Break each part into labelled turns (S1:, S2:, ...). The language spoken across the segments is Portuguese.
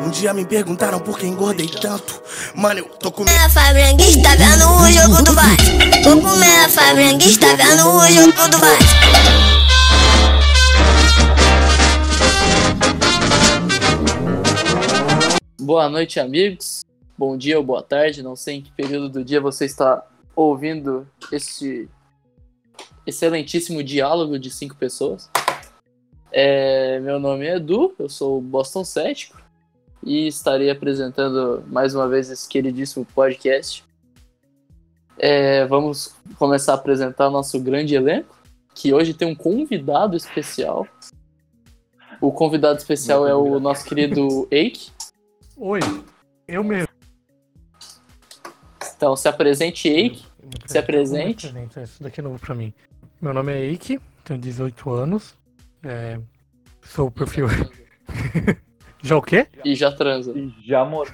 S1: Um dia me perguntaram por que engordei tanto. Mano, eu tô com
S2: Minha Flamenguista vendo o jogo do Vasco. Tô com minha Flamenguista vendo o jogo do Vasco.
S3: Boa noite, amigos. Bom dia ou boa tarde, não sei em que período do dia você está ouvindo este excelentíssimo diálogo de cinco pessoas. É, meu nome é Edu, eu sou o Boston Cético e estarei apresentando mais uma vez esse queridíssimo podcast. É, vamos começar a apresentar nosso grande elenco, que hoje tem um convidado especial. O convidado especial é o nosso querido Eike.
S4: Oi, eu mesmo.
S3: Então se apresente, Eike. Se apresente.
S4: Eu me apresento, Isso daqui é novo pra mim. Meu nome é Eike, tenho 18 anos. é, sou o perfil. Já o quê?
S3: E já transa.
S5: E já morou.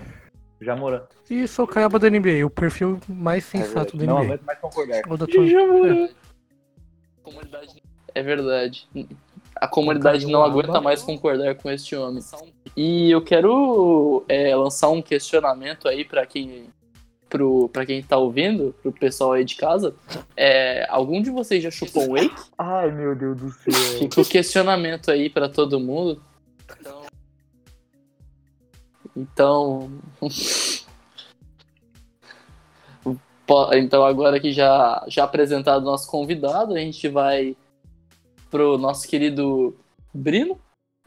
S5: Já morou.
S4: E sou o caiaba da NBA, o perfil mais sensato da
S5: É Não
S4: NBA.
S5: aguento mais concordar.
S4: Ou da tua... é,
S3: É verdade. A comunidade não aguenta mais concordar com este homem. E eu quero é, lançar um questionamento aí para quem pro para quem tá ouvindo, pro pessoal aí de casa. É, algum de vocês já chupou um whey?
S5: Ai, meu Deus do céu.
S3: Fica o questionamento aí para todo mundo. Então, Po- então agora que já já apresentado o nosso convidado, a gente vai pro nosso querido Brino,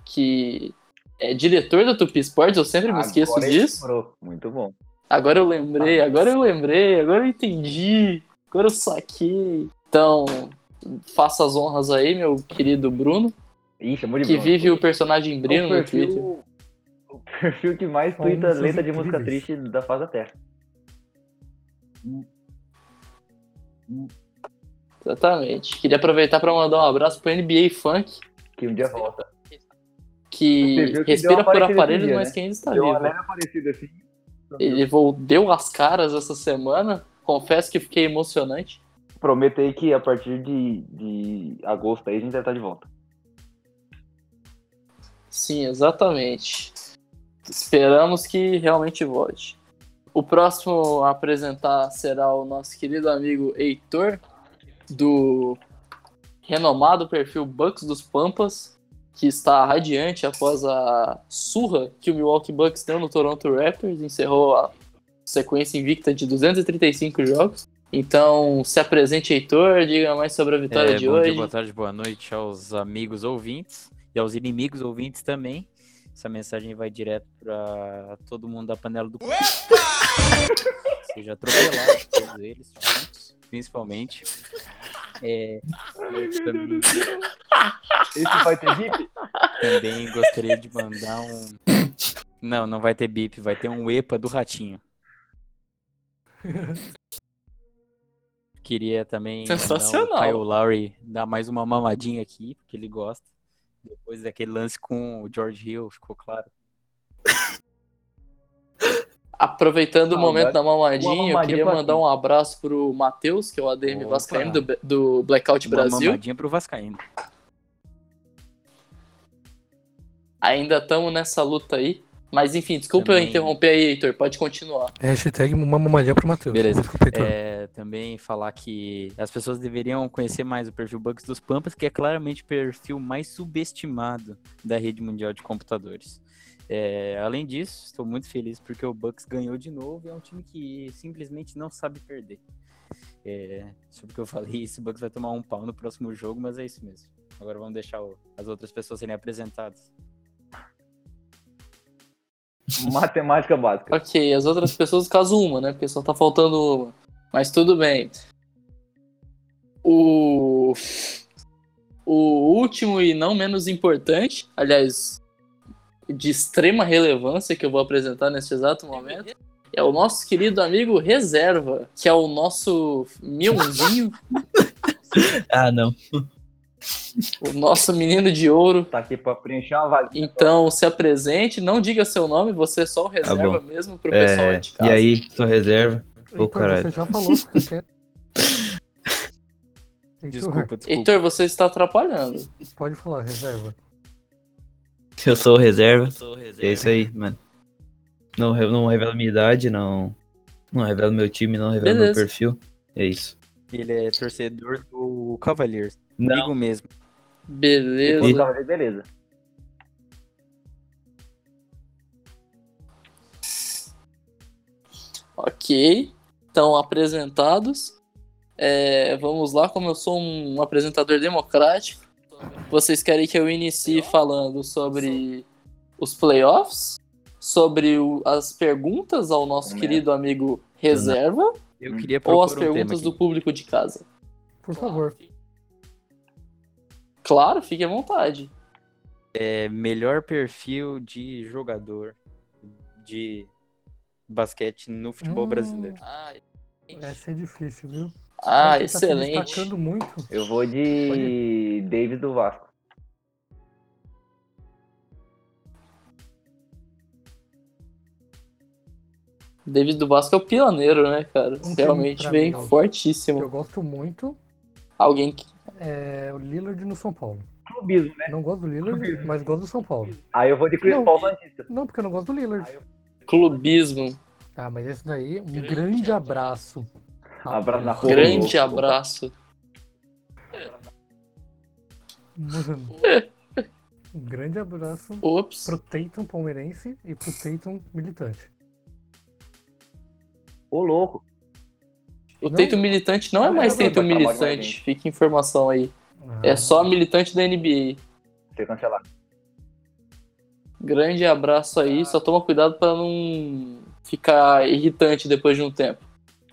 S3: que é diretor da Tupi Sports, eu sempre me esqueço
S5: Agora ele
S3: disso.
S5: morou. Muito bom.
S3: Agora eu lembrei, agora eu lembrei, agora eu entendi, agora eu saquei. Então, faça as honras aí, meu querido Bruno,
S5: Ih, chamou de
S3: que
S5: é bom.
S3: vive o personagem
S5: É o
S3: Brino no
S5: perfil-
S3: Twitter.
S5: O perfil que mais
S4: Olha,
S5: tuita
S4: vocês
S5: letra de música
S4: incríveis.
S5: triste da fase da Terra.
S3: Exatamente. Queria aproveitar para mandar um abraço pro NBA Funk,
S5: Que um dia volta. Você
S3: que
S5: viu que deu
S3: respira
S5: uma
S3: por
S5: parecida
S3: aparelhos,
S5: esse dia,
S3: mas
S5: né?
S3: que ainda está
S5: Deu uma
S3: vivo.
S5: leve parecida assim.
S3: Ele vol- deu as caras essa semana. Confesso que fiquei emocionante.
S5: Prometo aí que a partir de, de agosto aí a gente vai estar de volta.
S3: Sim, exatamente. Esperamos que realmente volte. O próximo a apresentar será o nosso querido amigo Heitor, do renomado perfil Bucks dos Pampas, que está radiante após a surra que o Milwaukee Bucks deu no Toronto Raptors, encerrou a sequência invicta de 235 jogos. Então, se apresente, Heitor, diga mais sobre a vitória
S6: É,
S3: de
S6: bom
S3: hoje.
S6: dia, boa tarde, boa noite aos amigos ouvintes e aos inimigos ouvintes também. Essa mensagem vai direto para todo mundo da panela do. Seja atropelado, todos eles, juntos, principalmente. É, eu também,
S5: Esse vai ter hip?
S6: também gostaria de mandar um. Não, não vai ter bip, vai ter um EPA do Ratinho. Queria também mandar o
S3: Sensacional.
S6: Kyle Lowry dar mais uma mamadinha aqui, porque ele gosta. Depois daquele lance com o George Hill, ficou claro.
S3: Aproveitando o
S5: Ah,
S3: momento
S5: vai-
S3: da
S5: uma
S3: mamadinha, eu
S5: mamadinha
S3: queria
S5: pra
S3: mandar um abraço pro Matheus, que é o ADM
S6: Opa.
S3: Vascaíno do, Be- do Blackout
S6: Uma
S3: Brasil.
S6: mamadinha pro Vascaíno.
S3: Ainda estamos nessa luta aí. Mas enfim, desculpa eu
S6: Também.
S3: interromper aí, Heitor. Pode continuar.
S4: Hashtag uma mamalhã pro Matheus.
S6: Beleza.
S4: Desculpa, Heitor.
S6: É, também falar que as pessoas deveriam conhecer mais o perfil Bugs dos Pampas, que é claramente o perfil mais subestimado da rede mundial de computadores. É, além disso, estou muito feliz porque o Bucks ganhou de novo e é um time que simplesmente não sabe perder. É, sobre o que eu falei, esse Bucks vai tomar um pau no próximo jogo, mas é isso mesmo. Agora vamos deixar o- as outras pessoas serem apresentadas.
S5: Matemática básica.
S3: Ok, as outras pessoas, caso uma, né? Porque só tá faltando uma. Mas tudo bem. O. O último e não menos importante, aliás, de extrema relevância que eu vou apresentar neste exato momento, é o nosso querido amigo Reserva, que é o nosso mionzinho,
S7: Ah, não.
S3: o nosso menino de ouro.
S5: Tá aqui pra preencher uma vaga.
S3: Então se apresente, não diga seu nome, você é só o reserva mesmo pro pessoal
S7: Tá É,
S3: de
S7: e
S3: casa.
S7: aí, sou reserva. Ô,
S4: Heitor,
S7: caralho.
S4: Você já falou, fica quieto. Heitor,
S6: Desculpa, desculpa.
S3: Heitor, você está atrapalhando.
S4: Pode falar, reserva.
S7: Eu sou reserva. É isso aí, mano. Não, re- não revelo minha idade, não. Não revelo meu time, não revelo meu
S3: Beleza.
S7: perfil. É isso.
S6: Ele é torcedor do Cavaliers.
S7: Não,
S6: Digo mesmo.
S3: Beleza.
S7: E-
S5: Cavaleiro, beleza.
S3: Ok, então apresentados. É, vamos lá, como eu sou um apresentador democrático, vocês querem que eu inicie falando sobre os playoffs, sobre o- as perguntas ao nosso
S5: Não é.
S3: querido amigo reserva
S6: Eu queria propor
S3: ou as
S6: um tema
S3: perguntas
S6: aqui.
S3: do público de casa?
S4: Por favor.
S3: Claro, fique à vontade.
S6: É, melhor perfil de jogador de basquete no futebol
S4: Hum.
S6: brasileiro.
S4: Essa é difícil, viu?
S3: Ah,
S4: Você tá se
S3: excelente.
S4: destacando muito.
S5: Eu vou de Davis do Vasco.
S3: David do Vasco é o pioneiro, né, cara?
S4: Um
S3: Realmente
S4: pra
S3: vem
S4: mim, ó.
S3: fortíssimo.
S4: Eu gosto muito.
S3: Alguém que.
S4: É o Lillard no São Paulo.
S5: Clubismo, né?
S4: Não gosto do Lillard, mas gosto do São Paulo.
S5: Aí eu vou de Chris
S4: Não.
S5: Paul Santista.
S4: Não, porque eu não gosto do Lillard.
S3: Clubismo.
S4: Ah, mas esse daí, um grande abraço.
S5: Abraço na rua.
S3: Grande abraço.
S4: Mano. Um grande abraço
S3: Ops.
S4: pro Tatum palmeirense e pro Tatum militante.
S5: Ô, louco.
S3: O
S4: Não-
S3: teito militante não é
S5: Não,
S3: mais
S5: não, tá, não,
S3: teito
S5: vai acabar
S3: militante.
S5: agora,
S3: Fica a informação aí. É
S4: Ah,
S3: só militante da NBA.
S5: Você cancelar.
S3: Grande abraço aí. Só toma cuidado pra não ficar irritante depois de um tempo.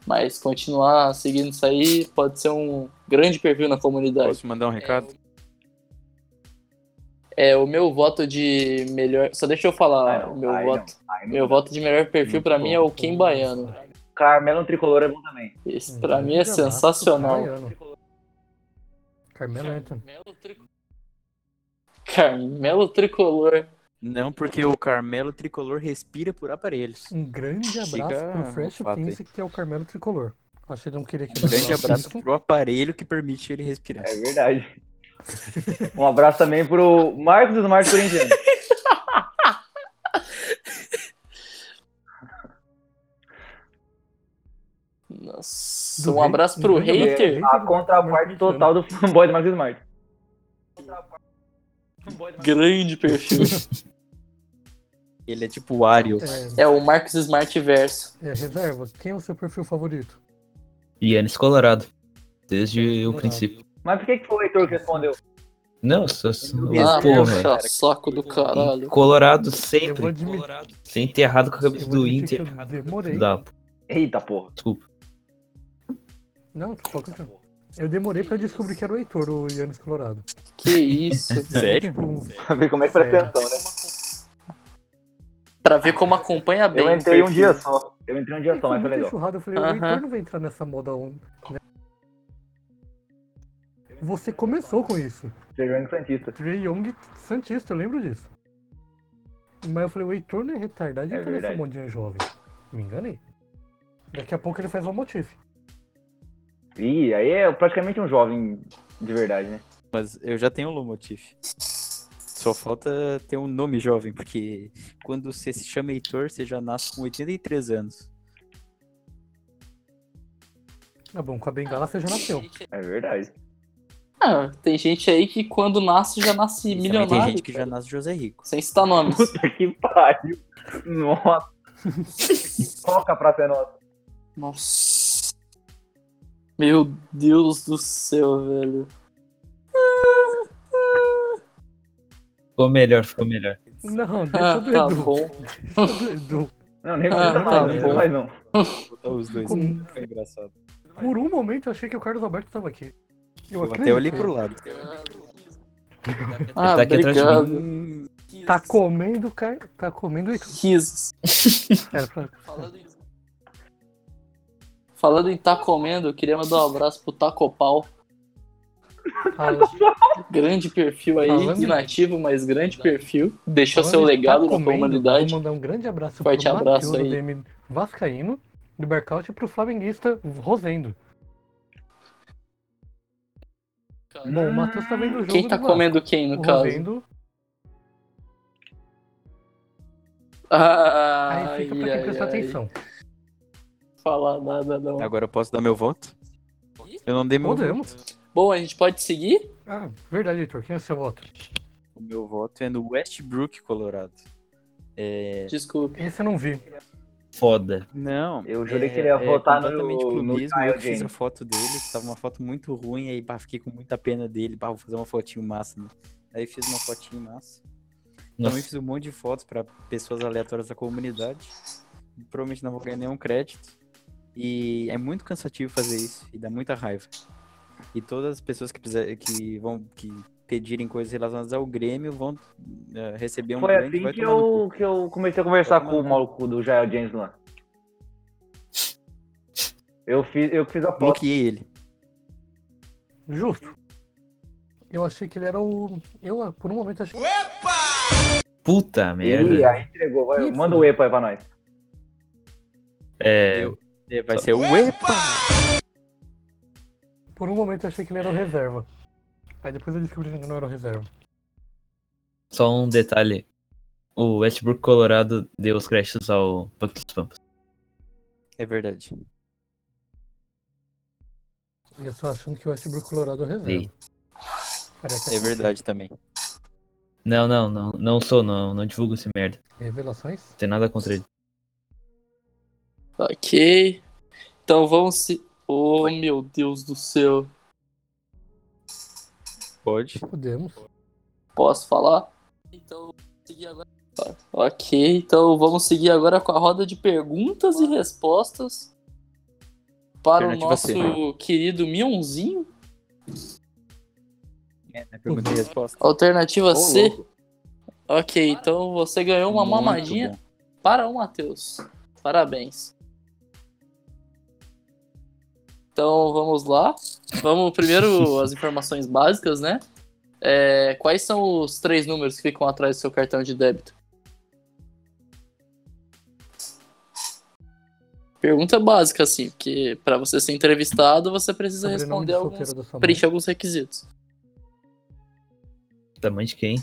S3: Mas continuar seguindo isso aí pode ser um grande perfil na comunidade.
S6: Posso mandar um recado?
S3: É o meu voto de melhor. Só deixa eu
S5: Ai,
S3: falar.
S5: Ah, não.
S3: o meu
S5: Ai, não.
S3: voto.
S5: Ai, meu
S3: Meu voto de melhor perfil
S6: Muito
S3: pra mim é o
S4: bom.
S3: Ken Baiano.
S5: Carmelo Tricolor é bom também.
S3: Esse
S4: um
S3: pra mim é
S4: grande abraço pro
S3: sensacional.
S4: Baiano. Carmelo Anthony.
S3: Carmelo Tricolor.
S6: Não, porque o Carmelo Tricolor respira por aparelhos.
S4: Um grande
S6: Fica
S4: abraço pro Fresh
S6: um fato aí.
S4: Prince, que é o Carmelo Tricolor. Acho que ele não queria que
S6: Um grande abraço
S4: Isso.
S6: pro aparelho que permite ele respirar.
S5: É verdade. um abraço também pro Marcos dos Marcos Corintianos.
S3: Nossa,
S4: Do
S3: um
S4: rei-
S3: abraço pro
S4: do rei-
S3: hater.
S5: A
S6: Ah,
S5: contraparte total do fanboy do Marcos Smart.
S3: Grande perfil.
S6: Ele é tipo o Ario.
S4: É,
S3: É o Marcos Smart Verso.
S4: é, reserva, quem é o seu perfil favorito?
S7: Yannis Colorado. é Desde o
S4: Colorado.
S7: princípio.
S5: Mas por que, que foi o Heitor que respondeu?
S7: Não, só, só-
S3: Ah,
S7: porra.
S3: puxa, saco do caralho.
S7: Colorado
S4: Eu vou
S7: sempre.
S4: admitir,
S7: Sem ter errado com a
S4: eu
S7: cabeça
S4: vou
S7: do
S4: admitir que
S7: Inter.
S4: eu demorei.
S7: Da,
S5: Eita porra.
S7: desculpa.
S4: Não, só continua. Eu demorei pra descobrir que era o Heitor, o Yannis Colorado.
S3: Que isso.
S6: Sério?
S4: Tipo, um-
S5: Pra ver como é que presta
S4: Sério.
S5: atenção, né?
S3: pra ver como acompanha bem.
S5: Eu
S3: o
S5: entrei um
S3: perfil.
S5: dia só. Eu entrei um dia só,
S4: Foi
S5: mas foi
S4: muito
S5: legal.
S4: enxurrado, eu falei, o
S3: Aham.
S4: Heitor não vai entrar nessa moda on. né? Você começou com isso.
S5: Sergiano Santista.
S4: Trey Young Santista, eu lembro disso. Mas eu falei, o Heitor não é retardado, ele
S5: É
S4: entra nessa
S5: verdade.
S4: modinha jovem. Me enganei. Daqui a pouco ele faz um motif.
S5: Ih, aí é praticamente um jovem de verdade, né?
S6: Mas eu já tenho o Lomotif. Só falta ter um nome jovem, porque quando você se chama Heitor, você já nasce com 83 anos.
S4: Tá bom, com a bengala você já nasceu.
S5: É verdade.
S3: Ah, tem gente aí que quando nasce já nasce
S6: Também
S3: milionário.
S6: Tem gente que já
S3: cara.
S6: nasce José Rico.
S3: Sem citar nomes.
S5: Puta que pariu. Nossa. é Toca pra ser nossa.
S3: Nossa. Meu Deus do céu, velho.
S7: Ficou melhor, ficou melhor.
S4: Não,
S3: Ah,
S4: deixa do
S3: tá
S4: Edu.
S3: bom.
S4: Deixa do Edu.
S5: Não, nem
S3: Ah,
S5: precisa
S3: tá
S5: mais, nem precisa
S3: bom.
S5: mais não.
S6: Botar Os dois.
S4: Como-
S6: Foi engraçado.
S4: Por um momento eu achei que o Carlos Alberto tava aqui. Eu
S6: Eu até olhei
S4: acreditei.
S6: pro lado.
S3: Ah,
S7: tá aqui atrás de
S3: obrigado.
S4: Tá comendo, cara. Tá comendo isso.
S3: Risos.
S4: Era pra...
S3: Falando em tá comendo, eu queria mandar um abraço pro Taco Pau.
S4: Fala-
S3: Grande perfil aí,
S4: Falando em-
S3: inativo, mas grande perfil. Deixou
S4: Falando
S3: seu
S4: em
S3: legado
S4: tá
S3: na
S4: comendo,
S3: comunidade.
S4: Vou mandar um grande abraço
S3: Forte
S4: pro
S3: abraço
S4: Matheus,
S3: aí.
S4: do DM Vascaíno, do Bercaute e pro Flamenguista Rosendo. Bom, o Matheus tá vendo o jogo
S3: Quem tá
S4: do Vasco.
S3: comendo quem, no
S4: O
S3: caso?
S4: Rosendo,
S3: Ah,
S4: aí fica pra quem prestar atenção. Tá.
S3: Falar nada, não.
S6: Agora eu posso dar meu voto? Eu não dei meu voto.
S4: Podemos.
S3: Bom, a gente pode seguir?
S4: Ah, verdade, Heitor. Quem é o seu voto?
S6: O meu voto é no Westbrook, Colorado. É...
S3: Desculpa.
S4: Esse eu não vi.
S7: Foda.
S6: Não.
S5: Eu jurei que ele ia votar no-
S6: é, completamente
S5: no
S6: clubismo,
S5: Kyle
S6: eu que fiz a
S5: James.
S6: foto dele, que tava uma foto muito ruim, aí pá, fiquei com muita pena dele, pá, vou fazer uma fotinho massa. Né? Aí fiz uma fotinho massa. Também
S7: Nossa,
S6: fiz um monte de fotos pra pessoas aleatórias da comunidade. Provavelmente não vou ganhar nenhum crédito. E é muito cansativo fazer isso e dá muita raiva. E todas as pessoas que, quiser, que vão que pedirem coisas relacionadas ao Grêmio vão eh, receber um
S5: Foi
S6: grande
S5: assim
S6: vai
S5: que
S6: tomar no cu.
S5: eu, que eu comecei a conversar
S6: Vai
S5: com
S6: tomar
S5: o
S6: no
S5: maluco do Jael James lá. Eu fiz, eu que fiz a foto.
S6: Bloqueei ele.
S4: Justo. Eu achei que ele era o. Eu, por um momento, achei.
S7: puta
S5: Ih,
S7: merda.
S5: aí entregou. Vai,
S4: Ih,
S5: manda
S4: foi.
S5: o EPA aí pra nós.
S7: É,
S6: Eu- É, Vai ser o EPA!
S4: Por um momento, eu achei que ele era o reserva. Aí depois eu descobri que ele não era o reserva.
S7: só um detalhe. O Westbrook Colorado deu os créditos ao Buck dos Pampas.
S6: É verdade.
S4: E eu só achando que o Westbrook Colorado é o reserva.
S7: Ei.
S4: Parece
S6: É verdade também.
S7: Não, não, não, não sou, não, não divulgo esse merda.
S4: Revelações?
S7: Não tem nada contra ele.
S3: Ok. Então vamos se. Oh, meu Deus do céu.
S6: Pode.
S4: Podemos.
S3: Posso falar? Então, seguir agora. Ok, então vamos seguir agora com a roda de perguntas e respostas para o nosso
S6: Alternativa
S3: querido Mionzinho.
S6: É, né, pergunta e resposta.
S3: Alternativa
S5: Ô,
S3: C.
S5: louco.
S3: Ok, então você ganhou uma
S6: Muito
S3: mamadinha
S6: bom.
S3: para o Matheus. Parabéns. Então vamos lá. Vamos primeiro as informações básicas, né? É, quais são os três números que ficam atrás do seu cartão de débito? Pergunta básica, assim, porque para você ser entrevistado você precisa
S4: Sobrenome
S3: responder
S4: de
S3: alguns,
S4: solteiro da sua mãe.
S3: preencher alguns requisitos.
S7: Da mãe Tá de quem?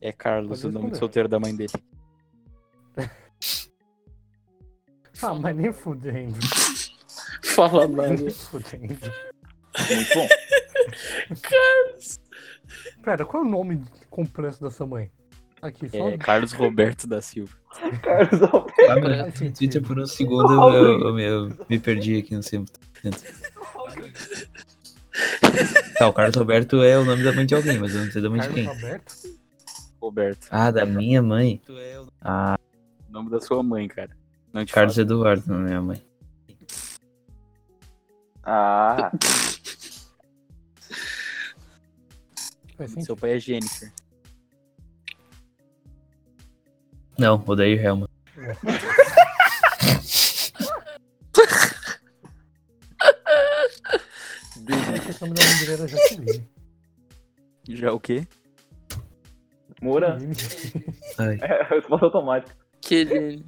S6: É Carlos,
S4: Pode
S6: o nome
S4: responder.
S6: de solteiro da mãe dele.
S4: Ah, mas nem fudendo.
S3: Fala, mano.
S4: Nem fudendo.
S5: Muito bom.
S4: Pera, qual é o nome completo da sua mãe? Aqui, só.
S6: É Carlos Roberto da Silva.
S5: Carlos Alberto.
S3: Tá
S7: Ah, meu
S4: Faz sentido.
S7: Twitter por um segundo eu, eu- eu me perdi aqui, não sei. muito. Tá, o Carlos Roberto é o nome da mãe de alguém, mas eu não sei da mãe de
S4: Carlos
S7: quem.
S4: Roberto?
S6: Roberto.
S7: Ah, da minha mãe? Ah,
S6: O nome da sua mãe, cara. Não te
S7: Carlos
S6: falo.
S7: Eduardo, não é minha mãe.
S5: Ah,
S4: Faz sentido.
S6: Seu pai é Jennifer.
S7: Não, odeio Helma.
S4: É que o nome da mãe dele era Jaqueline.
S6: Já o quê?
S5: Moura.
S7: Ai,
S5: É, resposta automática.
S3: Que ele-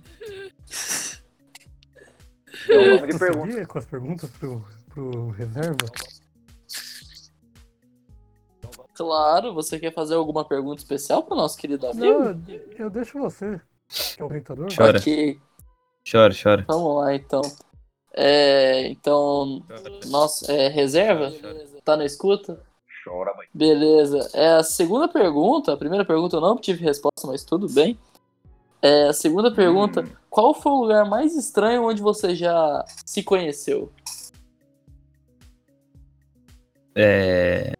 S5: É o nome de pergunta.
S4: Você com as perguntas pro, pro reserva?
S3: Claro, você quer fazer alguma pergunta especial pro nosso querido amigo?
S4: Não, eu- eu deixo você, que é o orientador.
S7: Tchau. Bora.
S3: Ok,
S7: chora, chora.
S3: vamos lá então. É, então, nossa, é, reserva? Tá na escuta?
S5: Chora, mãe.
S3: Beleza. É a segunda pergunta. A primeira pergunta eu não obtive resposta, mas tudo bem. É, a segunda pergunta: Qual foi o lugar mais estranho onde você já se conheceu?
S7: É.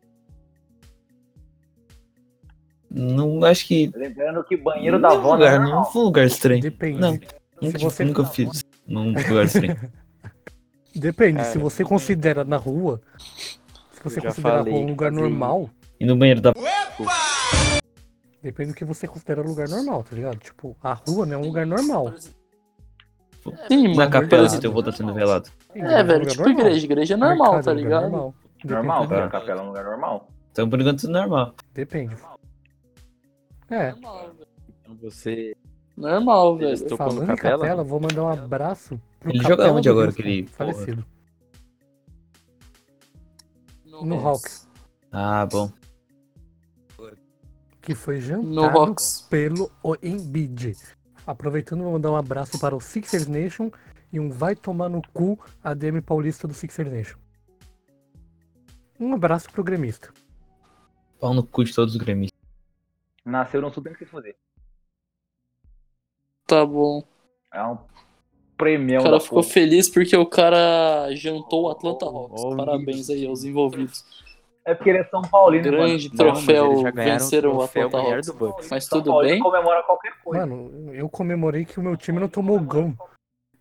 S7: Não acho que.
S5: Tá Lembrando que banheiro da
S7: Não,
S5: avó não é
S7: lugar, não
S5: normal.
S7: foi um lugar estranho.
S4: Depende.
S7: Não.
S4: Se
S7: Nunca,
S4: você-
S7: nunca fiz num lugar estranho.
S4: Depende,
S6: Cara,
S4: se você considera na rua, se você
S6: eu já
S4: considera a rua
S6: falei,
S4: um lugar
S6: quase-
S4: normal,
S7: E no banheiro da.
S4: depende do que você considera lugar normal, tá ligado? Tipo, a rua não é um lugar normal.
S3: Sim, é
S7: Na
S3: mano.
S7: capela do teu avô tá sendo velado.
S3: É,
S4: um
S3: velho, tipo igreja. Igreja é normal, tá ligado?
S5: Normal,
S4: Normal.
S5: porque a capela é um lugar normal.
S7: Então, por enquanto, tudo normal.
S4: Depende. É,
S3: Normal, velho.
S6: Então você.
S3: Normal,
S6: Eles
S3: velho.
S6: tocou
S4: falando
S6: no
S4: em capela,
S6: capela?
S4: vou mandar um abraço pro
S7: Ele
S4: Capela
S7: joga onde
S4: do
S7: agora,
S4: Wilson,
S7: aquele porra?
S4: falecido. No Hawks,
S7: Ah, bom.
S4: que foi jantado Tá,
S3: No Hawks.
S4: pelo o Embiid. Aproveitando, vou mandar um abraço para o Sixers Nation e um vai tomar no cu ADM paulista do Sixers Nation. Um abraço pro gremista.
S7: Pau no cu de todos os gremistas.
S5: Nasceu no sul, tem que se foder.
S3: Tá bom.
S5: É um
S3: O
S5: premião
S3: cara
S5: da
S3: ficou
S5: porra.
S3: feliz porque o cara jantou o Atlanta Hawks.
S6: Ó, ó,
S3: Parabéns aí aos envolvidos.
S5: É porque ele é São Paulino, mano.
S3: Grande
S6: Não, mas
S3: troféu,
S6: eles já ganharam
S3: venceram
S6: o troféu,
S3: o Atlanta
S6: ganharam
S3: Hawks.
S6: do Bucks.
S3: Mas
S5: São
S3: tudo
S5: Paulino
S3: bem?
S5: comemora qualquer coisa.
S4: Mano, eu comemorei que o meu time não tomou gol.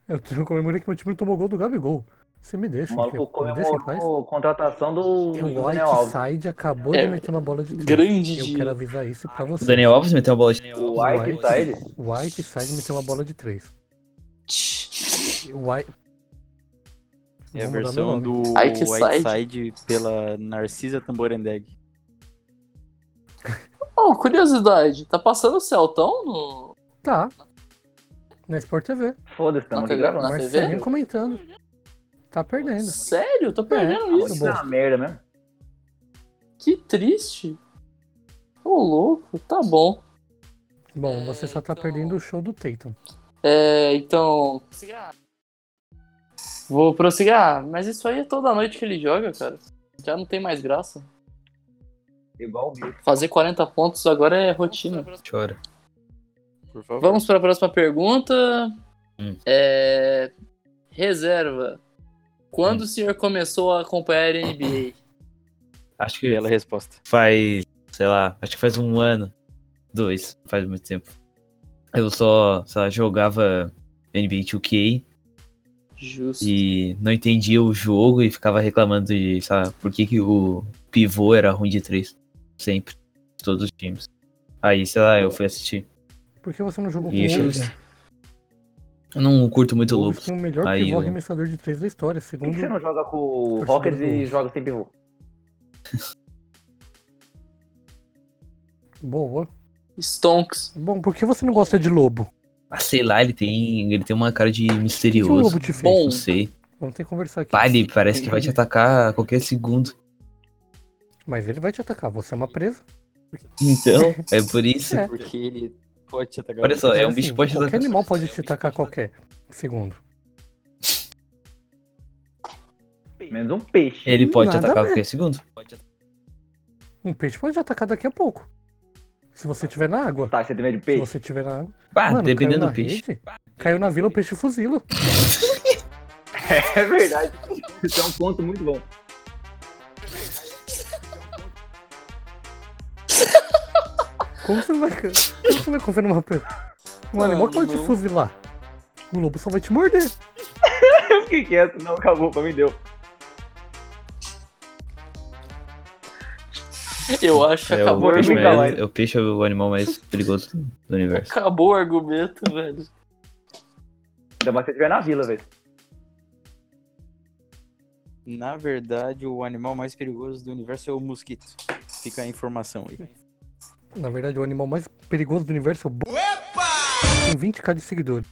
S4: Eu t- eu comemorei que meu time não tomou gol do Gabigol. Você me deixa,
S5: o
S4: filho.
S5: maluco
S4: Me deixa em paz.
S5: comemorou a contratação do
S4: Que o
S5: Daniel Alves.
S4: Whiteside acabou
S3: É,
S4: de meter uma bola de três.
S3: Grande
S4: Eu
S3: dia.
S4: quero avisar isso pra
S7: O
S4: você.
S7: Daniel Alves meteu uma bola de
S5: O tá Whiteside.
S4: O Whiteside meteu uma bola de três. O White...
S6: É a
S4: Vou mudar meu
S6: versão
S4: nome.
S6: do
S3: Ike Side.
S6: Whiteside pela Narcisa Tamborendeg.
S3: Oh, curiosidade, tá passando o Celtão no.
S4: Tá. Na Sport TV.
S5: Foda-se, tamo
S3: Nunca
S5: aqui
S3: ganhou
S5: gravando.
S3: nada.
S4: Marcelinho
S3: TV?
S4: comentando. Tá perdendo.
S3: Sério? Tô perdendo
S4: É.
S3: isso.
S5: Isso é uma merda mesmo.
S3: Que triste. Ô, louco, tá bom.
S4: Bom, você só tá
S3: então-
S4: perdendo o show do Tatum.
S3: É, então. Vou prossigar, mas isso aí é toda noite que ele joga, cara. Já não tem mais graça.
S5: Igual o Bill.
S3: Fazer 40 pontos agora é rotina.
S7: Chora.
S6: Por favor.
S3: Vamos para a próxima pergunta.
S7: Hum.
S3: É, Reserva. Quando o senhor começou a acompanhar a NBA?
S7: Acho que
S6: Bela resposta.
S7: faz, sei lá, acho que faz um ano, dois, faz muito tempo. Eu só, sei lá, jogava NBA 2K
S3: Justo.
S7: e não entendia o jogo e ficava reclamando de, sei lá, por que, que o pivô era ruim de três. Sempre. de Todos os times. Aí, sei lá, eu fui assistir.
S4: Por que você não jogou com
S7: E
S4: o
S7: eu,
S4: Wolves?
S7: eu não curto muito
S4: O Wolves
S7: lobos.
S4: tem o um melhor
S7: Aí
S4: pivô
S7: eu-
S4: arremessador de três da história,
S5: Por que
S4: segundo
S5: você não joga com o
S4: Torcedor
S5: Rockets
S4: do
S5: e
S4: Wolves.
S5: joga sem pivô?
S4: Boa.
S3: Stonks.
S4: Bom, por que você não gosta de Lobo?
S7: Ah, sei lá, ele tem. Ele tem uma cara de
S4: O que o
S7: misterioso.
S4: Lobo te fez?
S3: Bom.
S7: Não sei.
S4: Vamos ter que conversar aqui.
S7: Pá, ele parece que vai te atacar a qualquer segundo.
S4: Mas ele vai te atacar, você é uma presa.
S7: Então, é por isso.
S4: É.
S6: Porque ele tá pode te atacar.
S7: Olha só, é um
S4: Assim,
S7: bicho que pode te
S4: Qualquer
S7: atacar.
S4: animal pode te atacar a qualquer segundo.
S5: Menos um peixe.
S7: Ele pode te
S4: Nada
S7: atacar a
S4: a
S7: qualquer segundo.
S4: Um peixe pode te atacar daqui a pouco. Se você estiver na água.
S5: Tá, você tem medo de
S4: Se
S5: peixe?
S4: você estiver na água.
S7: Ah,
S4: Mano, caiu
S7: dependendo do
S4: na
S7: peixe.
S4: rede, caiu na vila, o peixe fuzila.
S5: É verdade. Isso é um ponto muito bom.
S4: Como você vai, como você vai confiar numa pessoa? Um animal que vai te
S3: não.
S4: fuzilar. O lobo só vai te morder.
S5: Eu fiquei quieto, não, acabou, pra mim deu.
S3: Eu acho que
S7: É o
S3: acabou,
S5: Acabou,
S7: peixe,
S5: nunca
S7: mais-
S5: mais.
S7: é o peixe é o animal mais perigoso do universo.
S3: acabou o argumento, velho.
S5: Ainda mais se você estiver na vila, velho.
S6: Na verdade, o animal mais perigoso do universo é o mosquito. Fica a informação aí.
S4: Na verdade, o animal mais perigoso do universo é o bo... Tem 20k de seguidores.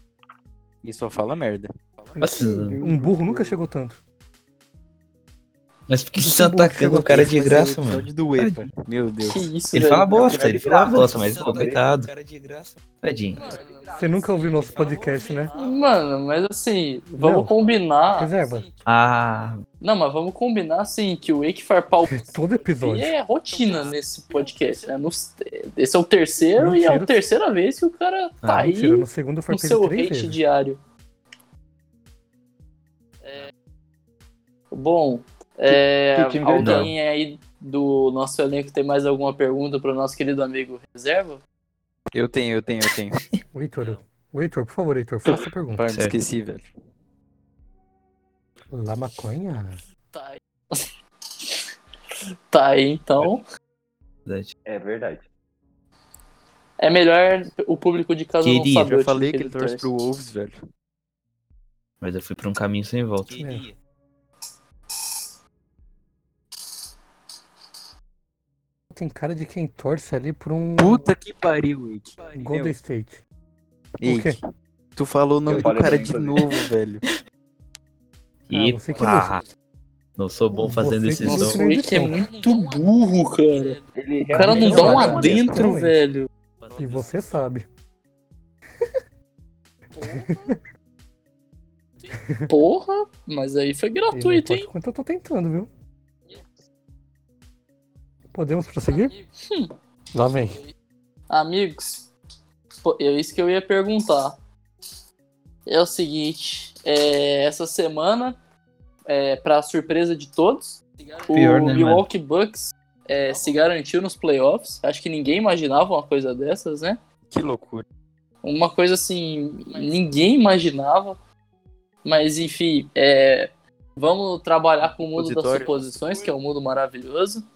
S6: E só fala merda.
S7: Nossa,
S4: Um burro nunca chegou tanto.
S7: mas por que vocês estão atacando Tá, o
S4: chegou
S7: cara
S4: aqui,
S7: de
S4: mas
S7: graça,
S6: Só
S7: mano?
S6: de doer, cara. Meu Deus.
S3: Que isso,
S7: Ele
S3: velho.
S7: fala bosta, ele fala
S5: graça.
S7: bosta, mas pô, coitado. Tadinho.
S4: Você nunca ouviu nosso podcast, né?
S3: Mano, mas assim, vamos
S4: Não.
S3: combinar.
S4: Reserva.
S7: Ah,
S3: Não, mas vamos combinar assim que o Wake Farpal
S4: Todo episódio.
S3: é rotina nesse podcast. Né? Nos- Esse é o terceiro e é a
S4: Mentira.
S3: terceira vez que o cara tá
S4: Ah,
S3: aí
S4: mentira, no segundo foi
S3: no
S4: perder
S3: seu
S4: três
S3: hate
S5: né?
S4: vezes.
S3: diário. É... Bom, é...
S5: que time que
S7: ele tá?
S3: alguém aí do nosso elenco tem mais alguma pergunta para o nosso querido amigo reserva?
S6: Eu tenho, eu tenho, eu tenho.
S4: O Heitor, o Heitor, por favor, Heitor, faça a pergunta.
S6: Pai, me
S7: Certo.
S6: esqueci, velho.
S4: La maconha?
S3: Tá aí. tá aí, então.
S7: verdade.
S5: É verdade.
S3: É melhor o público de casa
S7: Queria,
S3: não
S6: Eu
S3: saber.
S6: já
S3: o time
S6: falei que ele torce pro Wolves, velho.
S7: Mas eu fui pra um caminho sem volta.
S4: É. Tem cara de quem torce ali por um
S6: Puta que pariu, Wake.
S4: Golden State.
S6: Wake,
S4: O
S6: tu falou o nome
S5: Eu
S6: do
S5: falei
S6: cara
S5: pra
S6: de
S5: ele.
S6: novo, velho.
S7: E
S4: Ah, você que
S7: pá, não sou bom
S4: Você
S7: fazendo
S4: que
S7: esses
S4: não
S7: não.
S4: sou.
S3: O Wake é muito burro, cara.
S5: Ele
S3: O cara não
S5: realmente
S3: dá um
S5: é um
S3: adentro,
S4: Exatamente.
S3: velho.
S4: E você sabe.
S3: Porra, mas Tá aí foi gratuito, hein?
S4: Quanto eu tô tentando, viu? Podemos prosseguir?
S3: Hum.
S4: Lá vem.
S3: Amigos, pô, é isso que eu ia perguntar. É o seguinte, é, essa semana, é, para surpresa de todos, o
S7: Pior, né,
S3: Milwaukee Bucks é, se garantiu nos playoffs. Acho que ninguém imaginava uma coisa dessas, né?
S6: Que loucura.
S3: Uma coisa assim, ninguém imaginava. Mas enfim, é, vamos trabalhar com o mundo das
S6: Supositório.
S3: suposições, que é um mundo maravilhoso.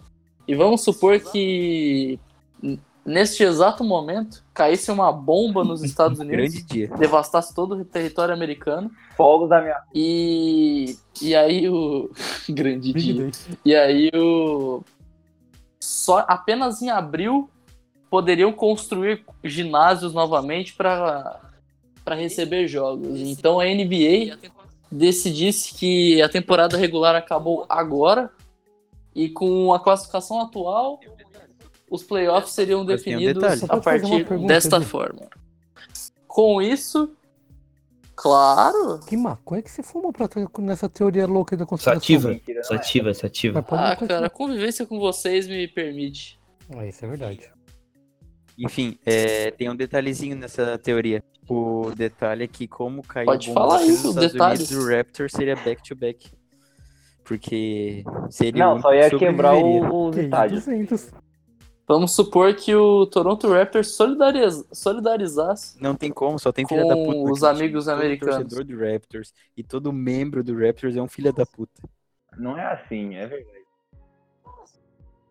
S3: E vamos supor que n- neste exato momento caísse uma bomba nos Estados Unidos,
S6: Grande dia.
S3: devastasse todo o território americano.
S5: Fogos da minha.
S3: E, e aí o. Grande
S4: Big
S3: dia.
S4: Day.
S3: E aí o. Só, apenas em abril poderiam construir ginásios novamente para receber jogos. Então a NBA decidisse que a temporada regular acabou agora e com a classificação atual os playoffs seriam
S6: Mas tem um
S3: definidos
S6: detalhe.
S3: a
S4: Só pode fazer uma
S3: partir
S4: pergunta,
S3: desta
S4: Gui?
S3: forma. Com isso, claro,
S4: Que maconha que você fuma pra ter- nessa teoria louca da conspiração?
S7: Sativa,
S5: Mentira, não é.
S7: sativa, sativa.
S4: Mas pode
S3: ah,
S4: continuar.
S3: cara, a convivência com vocês me permite.
S4: Ah, isso é verdade.
S6: Enfim, é, tem um detalhezinho nessa teoria. O detalhe é que como caiu
S3: Pode
S6: a
S3: falar aí,
S6: nos
S3: os
S6: Estados
S3: detalhes.
S6: Unidos, o Raptor seria back-to-back. Porque seria o
S5: Não,
S6: único
S5: só ia
S6: que
S5: quebrar
S6: sobreviveria.
S5: o, os
S4: Que
S5: estádios.
S4: 200.
S3: Vamos supor que o Toronto Raptors solidariz- solidarizasse.
S6: Não tem como, só tem
S3: Com
S6: filha da puta.
S3: os
S6: naquele time.
S3: amigos
S6: Todo
S3: americanos.
S6: torcedor do Raptors e todo membro do Raptors é um filho da puta.
S5: Não é assim, é verdade.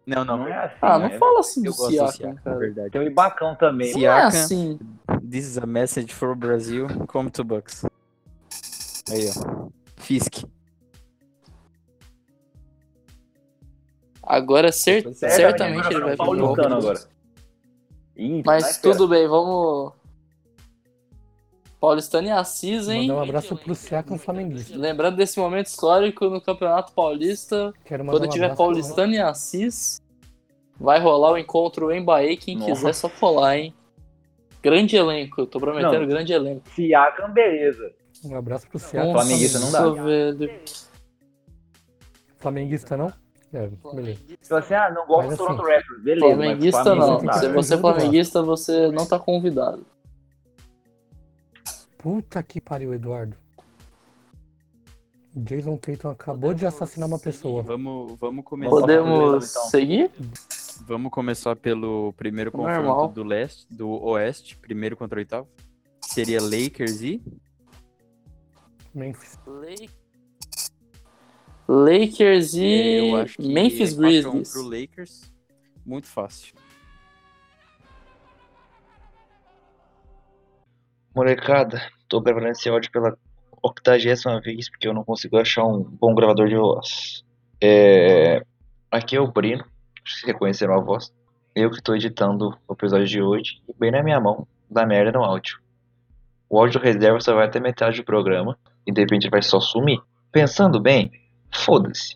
S6: Não, não.
S5: Não é assim.
S3: Ah, não
S5: é
S3: fala assim do
S6: eu gosto do
S3: Siakam,
S6: Siakam, é
S3: cara.
S6: verdade.
S5: Tem o Ibacão também.
S3: Não é
S6: Siakam.
S3: assim.
S6: This is a message for Brazil. Come to Bucks. Aí, ó. Fisk.
S3: Agora cer-
S6: Depois você-
S3: certamente ele vai
S5: São Paulo então.
S3: pro
S5: tá lutando
S3: Milwaukee.
S5: agora. Ih,
S3: Mas
S5: pera.
S3: tudo bem, vamos. Paulistano e Assis, hein?
S4: Mandar um abraço pro Siakam Flamenguista.
S3: Lembrando desse momento histórico no Campeonato Paulista,
S4: Quero mandar
S3: quando
S4: um
S3: tiver
S4: abraço pro-
S3: Paulistano e Assis, vai rolar o encontro em Bahia. Quem
S5: Nossa.
S3: quiser, é só colar, hein? Grande elenco, eu tô prometendo
S5: Não.
S3: grande elenco.
S5: Siakam, beleza.
S4: Um abraço pro Siakam.
S5: Nossa, Flamenguista não dá.
S3: Nossa, velho.
S4: Flamenguista não? É, beleza.
S5: Então assim, ah, não gosto
S4: Mas
S5: do Toronto
S4: assim,
S5: Raptors, beleza. mas
S3: Flamenguista
S5: Flamengo
S3: não.
S4: tá.
S3: Se você é flamenguista, você não tá convidado.
S4: Puta que pariu, Eduardo. Jason Tatum acabou de assassinar uma pessoa.
S6: Vamos, vamos começar.
S3: Podemos
S5: então.
S3: seguir?
S6: pelo- Vamos começar pelo primeiro confronto
S3: Normal.
S6: do leste, do oeste, primeiro contra o oitavo. Seria Lakers e
S4: Memphis.
S3: Lakers e
S6: é, eu acho que
S3: Memphis
S6: 4 a 1
S3: Grizzlies.
S6: Pro Lakers, muito fácil.
S8: Molecada, tô gravando esse áudio pela octagésima vez porque eu não consigo achar um bom gravador de voz. É... Aqui é o Brino, vocês reconheceram a voz. Eu que tô editando o episódio de hoje e bem na minha mão dá merda no áudio. O áudio reserva só vai até metade do programa e de repente vai só sumir. Pensando bem, foda-se.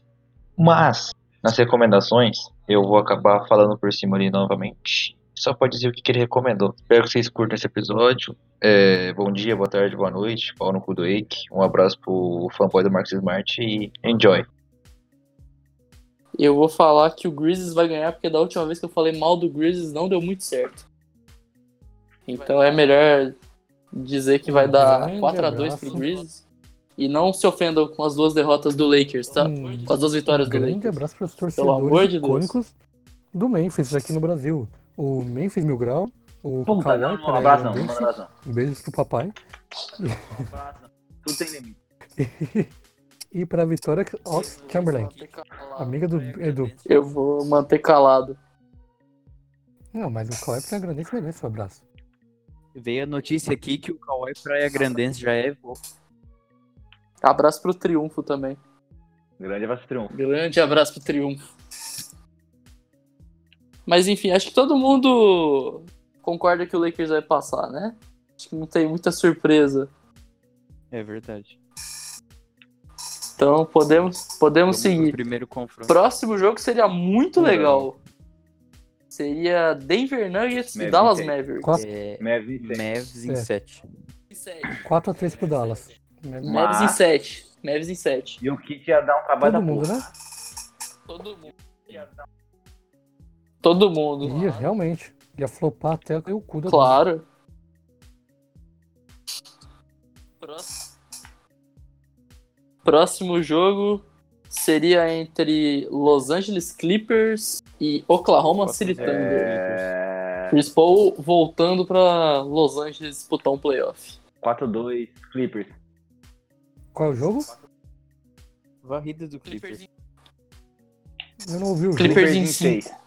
S8: Mas, nas recomendações, eu vou acabar falando por cima ali novamente. Só pode dizer o que que ele recomendou. Espero que vocês curtam esse episódio. É, bom dia, boa tarde, boa noite. Pau no cu do Eike. Um abraço pro fanboy do Marcos Smart e enjoy.
S3: Eu vou falar que o Grizzlies vai ganhar, porque da última vez que eu falei mal do Grizzlies não deu muito certo. Então é melhor dizer que vai dar
S4: Um Grande
S3: 4x2 pro
S4: abraço.
S3: Grizzlies. E não se ofendam com as duas derrotas do Lakers, tá?
S4: Hum,
S3: Com as duas vitórias do
S4: grande
S3: Lakers.
S4: abraço para os
S3: amor
S4: torcedores
S3: de Deus.
S4: icônicos do Memphis aqui no Brasil. O Memphis Mil Grau, o
S5: Puta, não,
S4: Kawhi
S5: não, um abraço não, não,
S3: né?
S4: Paraguai,
S5: abraço não.
S4: beijos pro papai.
S5: Abraço não. Tudo tem limite.
S4: E para Vitória Ox Chamberlain, amiga do Edu.
S3: Eu vou manter calado.
S4: Não, mas o Kawhi Praia Grandense merece um abraço.
S6: Veio a notícia aqui que o Kawhi Praia Grandense já é
S3: Abraço pro Triunfo também.
S5: Grande abraço triunfo.
S3: Grande abraço pro Triunfo. Mas enfim, acho que todo mundo concorda que o Lakers vai passar, né? Acho que não tem muita surpresa.
S6: é verdade.
S3: Então podemos, podemos
S6: Vamos pro
S3: seguir.
S6: Primeiro confronto.
S3: Próximo jogo seria muito
S5: Não.
S3: legal. Seria Denver Nuggets e
S5: Maverick
S3: Dallas
S5: aí.
S3: Mavericks.
S4: Qual-
S6: É,
S5: Mavs e Saints.
S6: Mavs em
S4: É.
S6: 7.
S3: em 7.
S4: 4x3 pro Dallas. Mesmo-
S5: Mas-
S3: Mavs em 7. Mavs em 7.
S5: E o Kit ia dar um
S4: Todo
S5: trabalho da
S4: mundo,
S5: porra.
S4: né?
S3: Todo mundo. Todo
S4: Ia,
S3: mundo.
S4: realmente. Ia flopar até o cu da
S3: Claro. Próximo. Próximo jogo seria entre Los Angeles Clippers e Oklahoma City Thunder.
S5: É...
S3: Chris Paul voltando pra Los Angeles disputar um playoff.
S5: 4-2, Clippers.
S4: Qual é o jogo?
S6: Varrida do Clippers.
S4: Eu não ouvi o jogo.
S3: Clippers em
S5: seis.
S3: 5.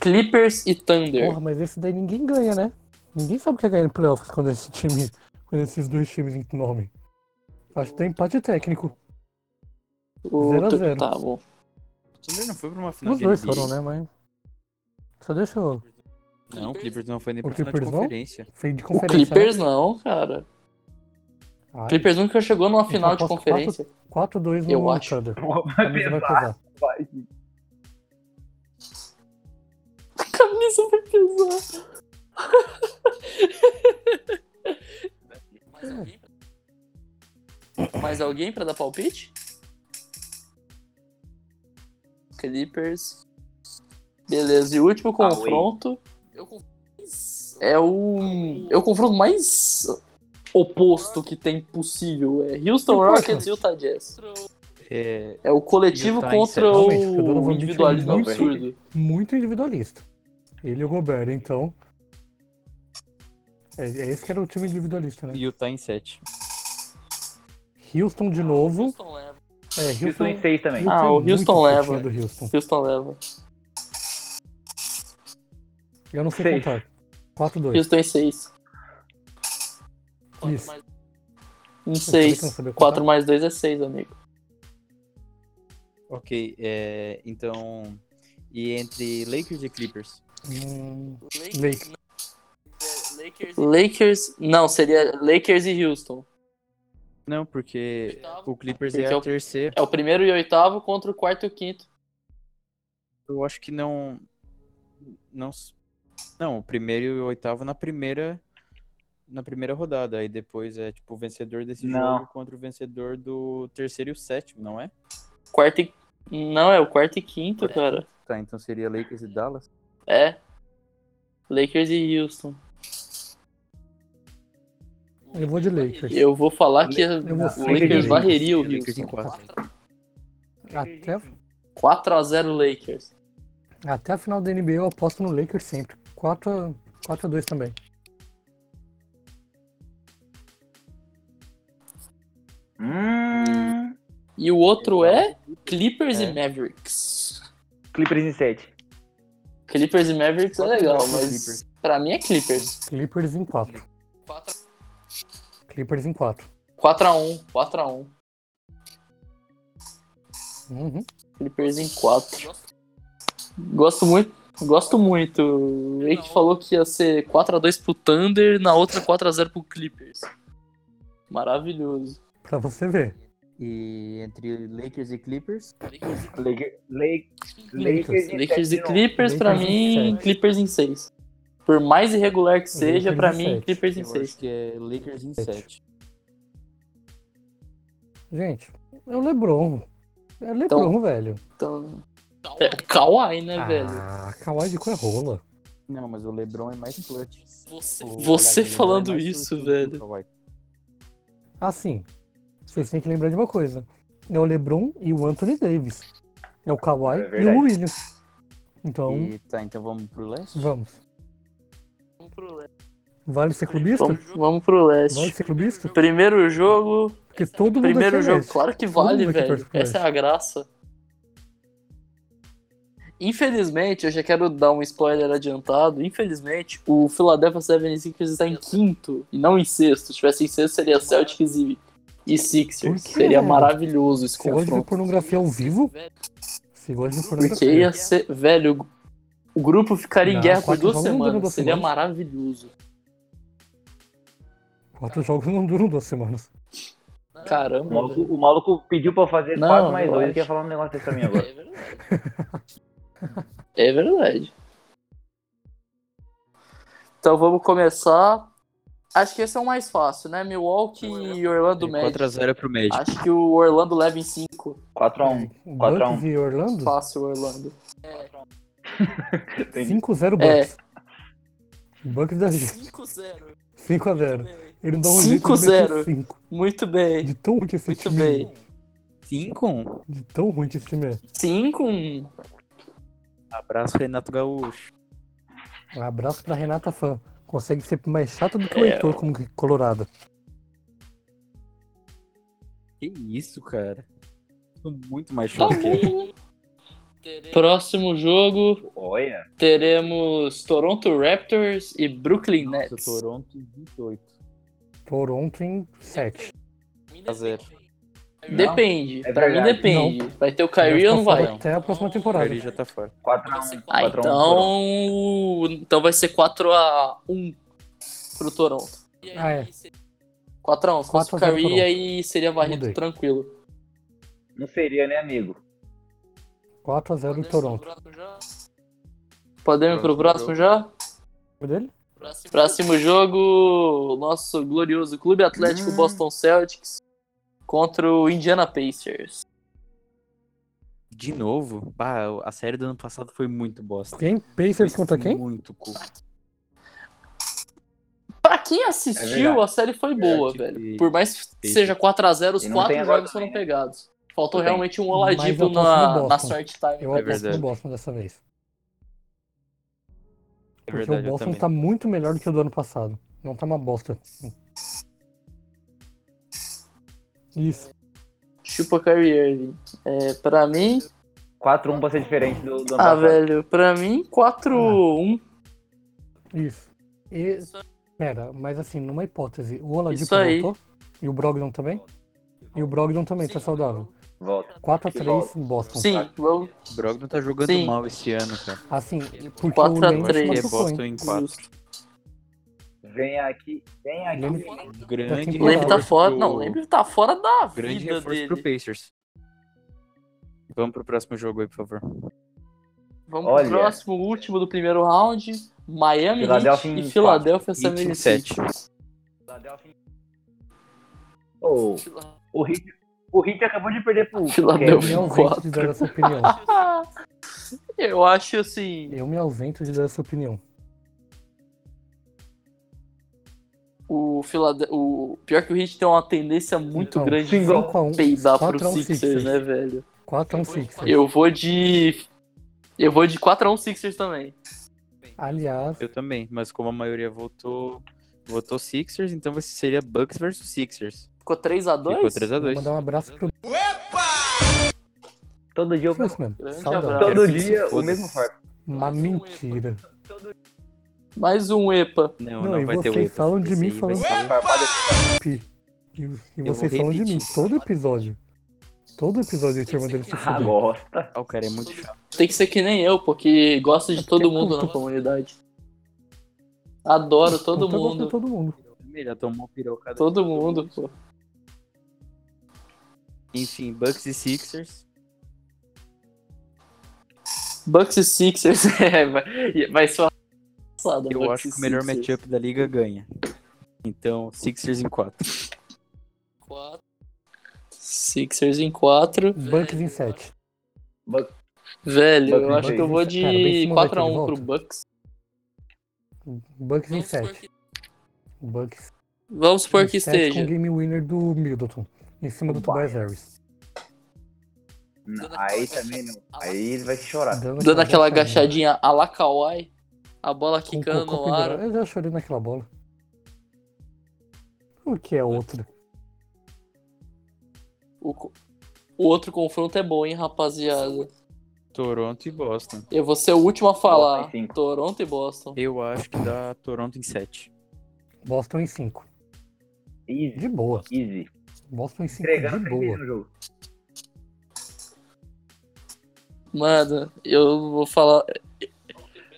S3: Clippers e Thunder.
S4: Porra, mas esse daí ninguém ganha, né? Ninguém sabe o que é ganhar no playoffs quando esse time. Quando esses dois times em nome. Acho que tem empate técnico.
S3: O
S4: zero a
S3: tu-
S4: zero.
S3: Tá bom.
S6: O Thunder não foi pra uma final
S4: Os
S6: de
S4: dois
S6: NBA.
S4: foram, né? Mas. Só deixa eu.
S6: Não, o Clippers não foi nem
S4: O
S6: pra final de
S4: Clippers não?
S6: conferência.
S4: Sei de
S3: O
S4: conferência. né?
S3: Clippers não, cara.
S4: Ai,
S3: O Clippers nunca chegou numa
S4: Então
S3: final de
S4: posso
S3: conferência.
S4: 4-2 no
S3: Eu acho.
S4: Thunder.
S5: Vai
S4: Camisa vai
S5: pesar,
S4: pesar.
S5: vai.
S3: Camisa vai pesar. Mais alguém? Mais alguém pra dar palpite? Clippers. Beleza, e o último
S5: Away.
S3: confronto. É o. É o confronto mais oposto que tem possível. É Houston
S4: Importa.
S3: Rockets e Utah Jazz.
S6: É,
S3: É o coletivo
S6: Utah em
S3: contra
S6: sétimo.
S4: Realmente, porque o Donovan
S3: o
S4: Mitchell é
S3: individualismo
S4: muito-
S3: absurdo.
S4: Muito individualista. Ele e o Gobert, então. É, é esse que era o time individualista, né?
S6: Utah em 7.
S4: Houston de novo.
S3: Houston leva.
S4: É,
S5: Houston em
S4: Houston.
S5: 6 também.
S3: Ah, o
S4: muito
S3: Houston
S4: por
S3: leva.
S4: cima Do Houston.
S3: Houston leva.
S4: Eu não sei
S5: Seis.
S4: contar. 4-2.
S3: Houston em 6.
S4: Isso.
S3: Em
S4: sabia que não
S3: 6.
S4: sabia contar.
S3: 4 mais 2 é 6, amigo.
S6: Ok, é, então. E entre Lakers e Clippers?
S4: Hum, Lakers.
S3: Lakers. Não, seria Lakers e Houston.
S6: Não, porque o Clippers
S3: Porque
S6: é
S3: é
S6: a
S3: o-
S6: terceira.
S3: É o primeiro e oitavo contra o quarto e o quinto.
S6: Eu acho que não. Não. s- Não, o primeiro e o oitavo na primeira. Na primeira rodada. Aí depois é tipo o vencedor desse
S5: Não.
S6: jogo contra o vencedor do terceiro e o sétimo, não é?
S3: Quarto e. Não, é o quarto e quinto, cara.
S6: Tá, então seria Lakers e Dallas?
S3: É. Lakers e Houston.
S4: eu vou de Lakers.
S3: Eu vou falar que
S4: vou
S3: o
S4: falar que
S3: Lakers
S4: é
S3: varreria o
S6: Lakers em
S3: Houston.
S6: quatro.
S4: Até,
S3: 4x0 Lakers.
S4: até a final da NBA eu aposto no Lakers sempre. 4 a 2 também.
S5: Hum,
S3: E o outro é Clippers e Mavericks.
S5: Clippers em 7.
S3: Clippers e Mavericks é
S6: Quatro
S3: legal,
S6: jogos pro
S3: mas
S6: Clippers.
S3: pra mim é Clippers.
S4: Clippers em 4. Clippers em 4.
S3: 4x1, 4x1.
S4: Uhum.
S3: Clippers em 4. Gosto muito, gosto muito. O Wake falou que ia ser 4x2 pro Thunder, na outra 4x0 pro Clippers. Maravilhoso.
S4: Pra você ver.
S6: E entre Lakers e Clippers?
S5: Lake, Lake,
S4: Lakers.
S5: Lakers, em
S3: Lakers
S5: sete
S3: e
S5: de novo.
S3: Clippers, pra
S4: Lakers em
S3: mim,
S4: sete.
S3: Clippers em 6. Por mais irregular que seja,
S4: Lakers
S3: pra
S4: em
S3: mim,
S4: sete.
S3: Clippers em
S6: Eu
S3: 6.
S6: acho que é Lakers em
S4: Sete.
S6: 7.
S4: Gente, é o Lebron. É o Lebron, velho.
S3: Então, é o Kawhi, né, velho?
S4: Ah, Kawhi de é rola.
S6: Não, mas o LeBron é mais clutch. O-
S3: Você
S6: aliás, o LeBron é
S3: falando
S6: mais
S3: isso,
S6: clutch do que o
S3: velho.
S6: Kawhi.
S4: Assim, vocês têm que lembrar de uma coisa. É o Lebron e o Anthony Davis. É o Kawhi
S5: É
S4: e
S5: verdade.
S4: o Williams. Então,
S6: E tá, então vamos pro leste?
S4: vamos. Vale ser clubista?
S3: Vamos, vamos pro
S4: Vale
S3: leste.
S4: ser clubista?
S3: Primeiro jogo,
S4: Porque todo mundo
S3: Primeiro
S4: aqui é
S3: jogo,
S4: leste.
S3: claro que
S4: Todo
S3: vale,
S4: mundo aqui
S3: velho.
S4: torce pro
S3: Essa é a graça. Infelizmente, eu já quero dar um spoiler adiantado. Infelizmente, o Philadelphia 76ers está em quinto e não em sexto. Se tivesse em sexto, seria Celtics e, e Sixers.
S4: Por quê?
S3: Seria maravilhoso esse
S4: Você gosta de ver
S3: confronto.
S4: pornografia ao vivo? Você gosta de ver
S3: Porque
S4: pornografia?
S3: ia ser, velho, o grupo ficaria em
S4: Não,
S3: guerra por
S4: quatro
S3: duas
S4: jogos não duram
S3: semanas.
S4: duas
S3: Seria
S4: semanas.
S3: maravilhoso.
S4: Quatro jogos não duram duas semanas.
S5: O
S3: Caramba,
S5: maluco,
S3: velho.
S5: o maluco pediu pra eu fazer
S3: Não,
S5: 4 mais
S3: eu
S5: 2.
S3: acho.
S5: Ele quer falar um negócio desse pra mim agora.
S3: É verdade. É verdade. Então vamos começar. Acho que esse é o mais fácil, né? Milwaukee e Orlando Magic.
S6: 4x0 pro Magic.
S3: Acho que o Orlando leva em 5.
S4: O
S5: 4x1. Quatro a um.
S4: Bucks e Orlando?
S3: Fácil, Orlando.
S4: 5-0
S3: É.
S4: Bucks. Bucks da vida.
S3: 5-0.
S4: 5x0. Ele dá um
S3: 5-0.
S4: 5.
S3: Muito bem.
S4: De tão ruim que esse
S3: Muito
S4: time
S3: bem.
S6: Assim, 5?
S4: é. De tão ruim que esse time é.
S3: 5 um.
S6: Abraço, Renato Gaúcho.
S4: Um abraço pra Renata Fã. Consegue ser mais chato do que
S3: É.
S4: o Heitor como que- colorado.
S6: Que isso, cara. Tô muito mais
S3: Tá
S6: chato que ele.
S3: bom. Próximo jogo
S5: Olha.
S3: teremos Toronto Raptors e Brooklyn
S6: Nossa,
S3: Nets.
S6: Né, Toronto 28.
S4: Toronto em 7.
S6: A zero.
S3: Depende.
S5: É
S3: pra mim
S5: verdade.
S3: depende. Vai ter o Kyrie ou não vai?
S4: Até a próxima
S6: O
S4: temporada.
S6: Kyrie já tá fora.
S5: 4x1.
S3: Ah, então. Então vai ser 4x1 pro Toronto.
S4: Ah, é.
S3: 4x1. Se fosse o
S4: 4 a 0
S3: Kyrie,
S4: Toronto.
S3: aí seria varrido
S4: Mudei.
S3: tranquilo.
S5: Não seria, né, amigo?
S4: 4x0 em Toronto.
S3: Podemos ir pro próximo já?
S4: O dele?
S3: Próximo jogo, o nosso glorioso Clube Atlético
S4: Hum.
S3: Boston Celtics contra o Indiana Pacers.
S6: De novo? Bah, a série do ano passado foi muito bosta.
S4: Quem? Pacers contra
S6: Foi
S4: quem?
S6: Muito cu.
S3: Pra quem
S5: É
S3: assistiu,
S5: verdade. É, tipo,
S3: a série foi boa, velho.
S6: Pacers.
S3: Por mais que seja 4x0, os
S5: E não
S3: quatro
S5: tem agora
S3: jogos foram
S5: também, né?
S3: pegados. Faltou
S5: Não tem.
S3: realmente um
S4: Mas
S3: Oladipo
S4: eu tô
S3: na,
S4: sendo
S3: na
S4: Boston.
S3: sorte time.
S4: Eu aposto
S6: É verdade.
S4: no Boston dessa vez.
S6: É
S4: Porque
S6: verdade,
S4: o
S6: eu
S4: Boston
S6: também.
S4: tá muito melhor do que o do ano passado. Não tá uma bosta. Isso.
S3: Chupa Kyrie Irving. É, pra mim,
S5: 4x1 pra ser diferente do, do ano
S3: ah,
S5: passado.
S3: velho, pra mim 4-1.
S4: Isso. E, pera, mas assim, numa hipótese, o Oladipo
S3: Isso aí.
S4: voltou? E o Brogdon também? E o Brogdon também tá saudável.
S5: Volta.
S4: 4x3 Boston.
S3: Sim, vamos.
S6: O Brogdon tá jogando
S3: Sim.
S6: mal esse ano, cara.
S4: Assim, porque o
S3: 4 a
S4: Lennon
S3: três.
S6: Acho que é
S4: se machucou,
S6: Boston
S4: hein?
S6: em 4.
S3: Justo.
S5: Vem aqui. Vem aqui.
S4: Lembra-
S6: Grande
S4: O
S3: Lembre
S4: Lembre
S3: tá
S6: reforço
S3: fora.
S6: pro-
S3: Não, Lembre tá fora da
S6: Grande
S3: vida
S6: reforço pro
S3: dele.
S6: Pacers. Vamos pro próximo jogo aí, por favor.
S3: Vamos
S5: Olha.
S3: pro próximo, último do primeiro round. Miami Heat
S5: Philadelphia em
S3: e
S5: quatro.
S3: Philadelphia
S6: Heat em
S3: 77.
S6: sete.
S5: Ô, o Hit, o Hit acabou de perder pro
S3: Philadelphia.
S5: Kevin.
S4: Eu me ausento de dar essa opinião.
S3: Eu acho assim,
S4: Eu me ausento de dar essa opinião.
S3: o, Philade- o pior que o Heat tem uma tendência muito
S4: Então,
S3: grande de
S4: 5x1,
S3: peidar pro
S4: 4 a 1
S3: Sixers,
S4: Sixers.
S3: né, velho?
S4: 4x1 Sixers.
S3: Eu vou de eu vou de 4 a 1 Sixers também.
S4: Aliás,
S6: Eu também, mas como a maioria votou, votou Sixers, então você seria Bucks versus Sixers.
S3: Ficou 3 a 2?
S6: Ficou 3 a
S4: vou
S6: 2
S4: mandar um abraço pro
S5: Todo dia, eu-
S4: Bruce, mano.
S3: Grande
S4: Saudade.
S3: abraço.
S5: todo
S6: que
S5: dia
S6: se
S5: o mesmo fardo.
S4: Uma mentira.
S3: Mais um EPA.
S6: Não,
S4: Não,
S6: não,
S4: e
S6: vai ter
S4: vocês
S6: Wave.
S4: falam de
S6: Esse
S4: mim
S6: aí vai
S4: falando-
S6: ser-
S4: Pi. E, e
S6: Eu
S4: vocês
S6: vou
S4: falam de mim,
S6: repetir.
S4: todo episódio. Todo episódio eu chamo dele se
S5: Ah,
S4: fuder.
S5: gosta.
S6: Ah, o cara é muito chato.
S3: Tem que ser que nem eu, porque gosta de todo mundo na comunidade. Adoro todo
S4: Puta, Então eu gosto de
S3: mundo.
S4: todo mundo.
S6: Melhor tomou pirocada.
S3: Todo mundo, pô.
S6: Enfim, Bucks e Sixers.
S3: Bucks e Sixers, é, vai, vai ser uma passada.
S6: Eu
S3: Bucks
S6: acho
S3: e
S6: que o melhor
S3: Sixers.
S6: matchup da liga ganha. Então, Sixers em 4.
S3: Sixers em 4.
S4: Bucks em 7.
S3: Velho, eu
S5: Bucks
S3: acho
S5: em
S3: que eu vou
S4: seis. Cara, Ben
S3: de
S4: Simmons vai ter de
S3: 4x1 pro
S4: volta?
S3: Bucks.
S4: Bucks em 7. Bucks
S3: Vamos supor
S4: em
S3: que
S4: sete com
S3: esteja.
S4: o game winner do Middleton. Em cima do Tobias Harris.
S5: Não, Aí também não. Aí ele vai te chorar.
S3: Dando aquela agachadinha a la Kawhi, a bola
S4: com- com-
S3: quicando
S4: com
S3: no
S4: pendurada.
S3: ar.
S4: Eu já chorei naquela bola. O que é outro?
S3: O, co- o outro confronto é bom, hein, rapaziada.
S6: Toronto e Boston.
S3: Eu vou ser o último a falar.
S5: Boston em cinco.
S3: Toronto e Boston.
S6: Eu acho que dá Toronto em 7.
S4: Boston em 5.
S5: Easy,
S4: De boa.
S5: easy.
S4: Boston em 5
S5: Entregando
S4: de
S5: sem medo
S4: boa.
S5: no jogo.
S3: Mano, eu vou falar.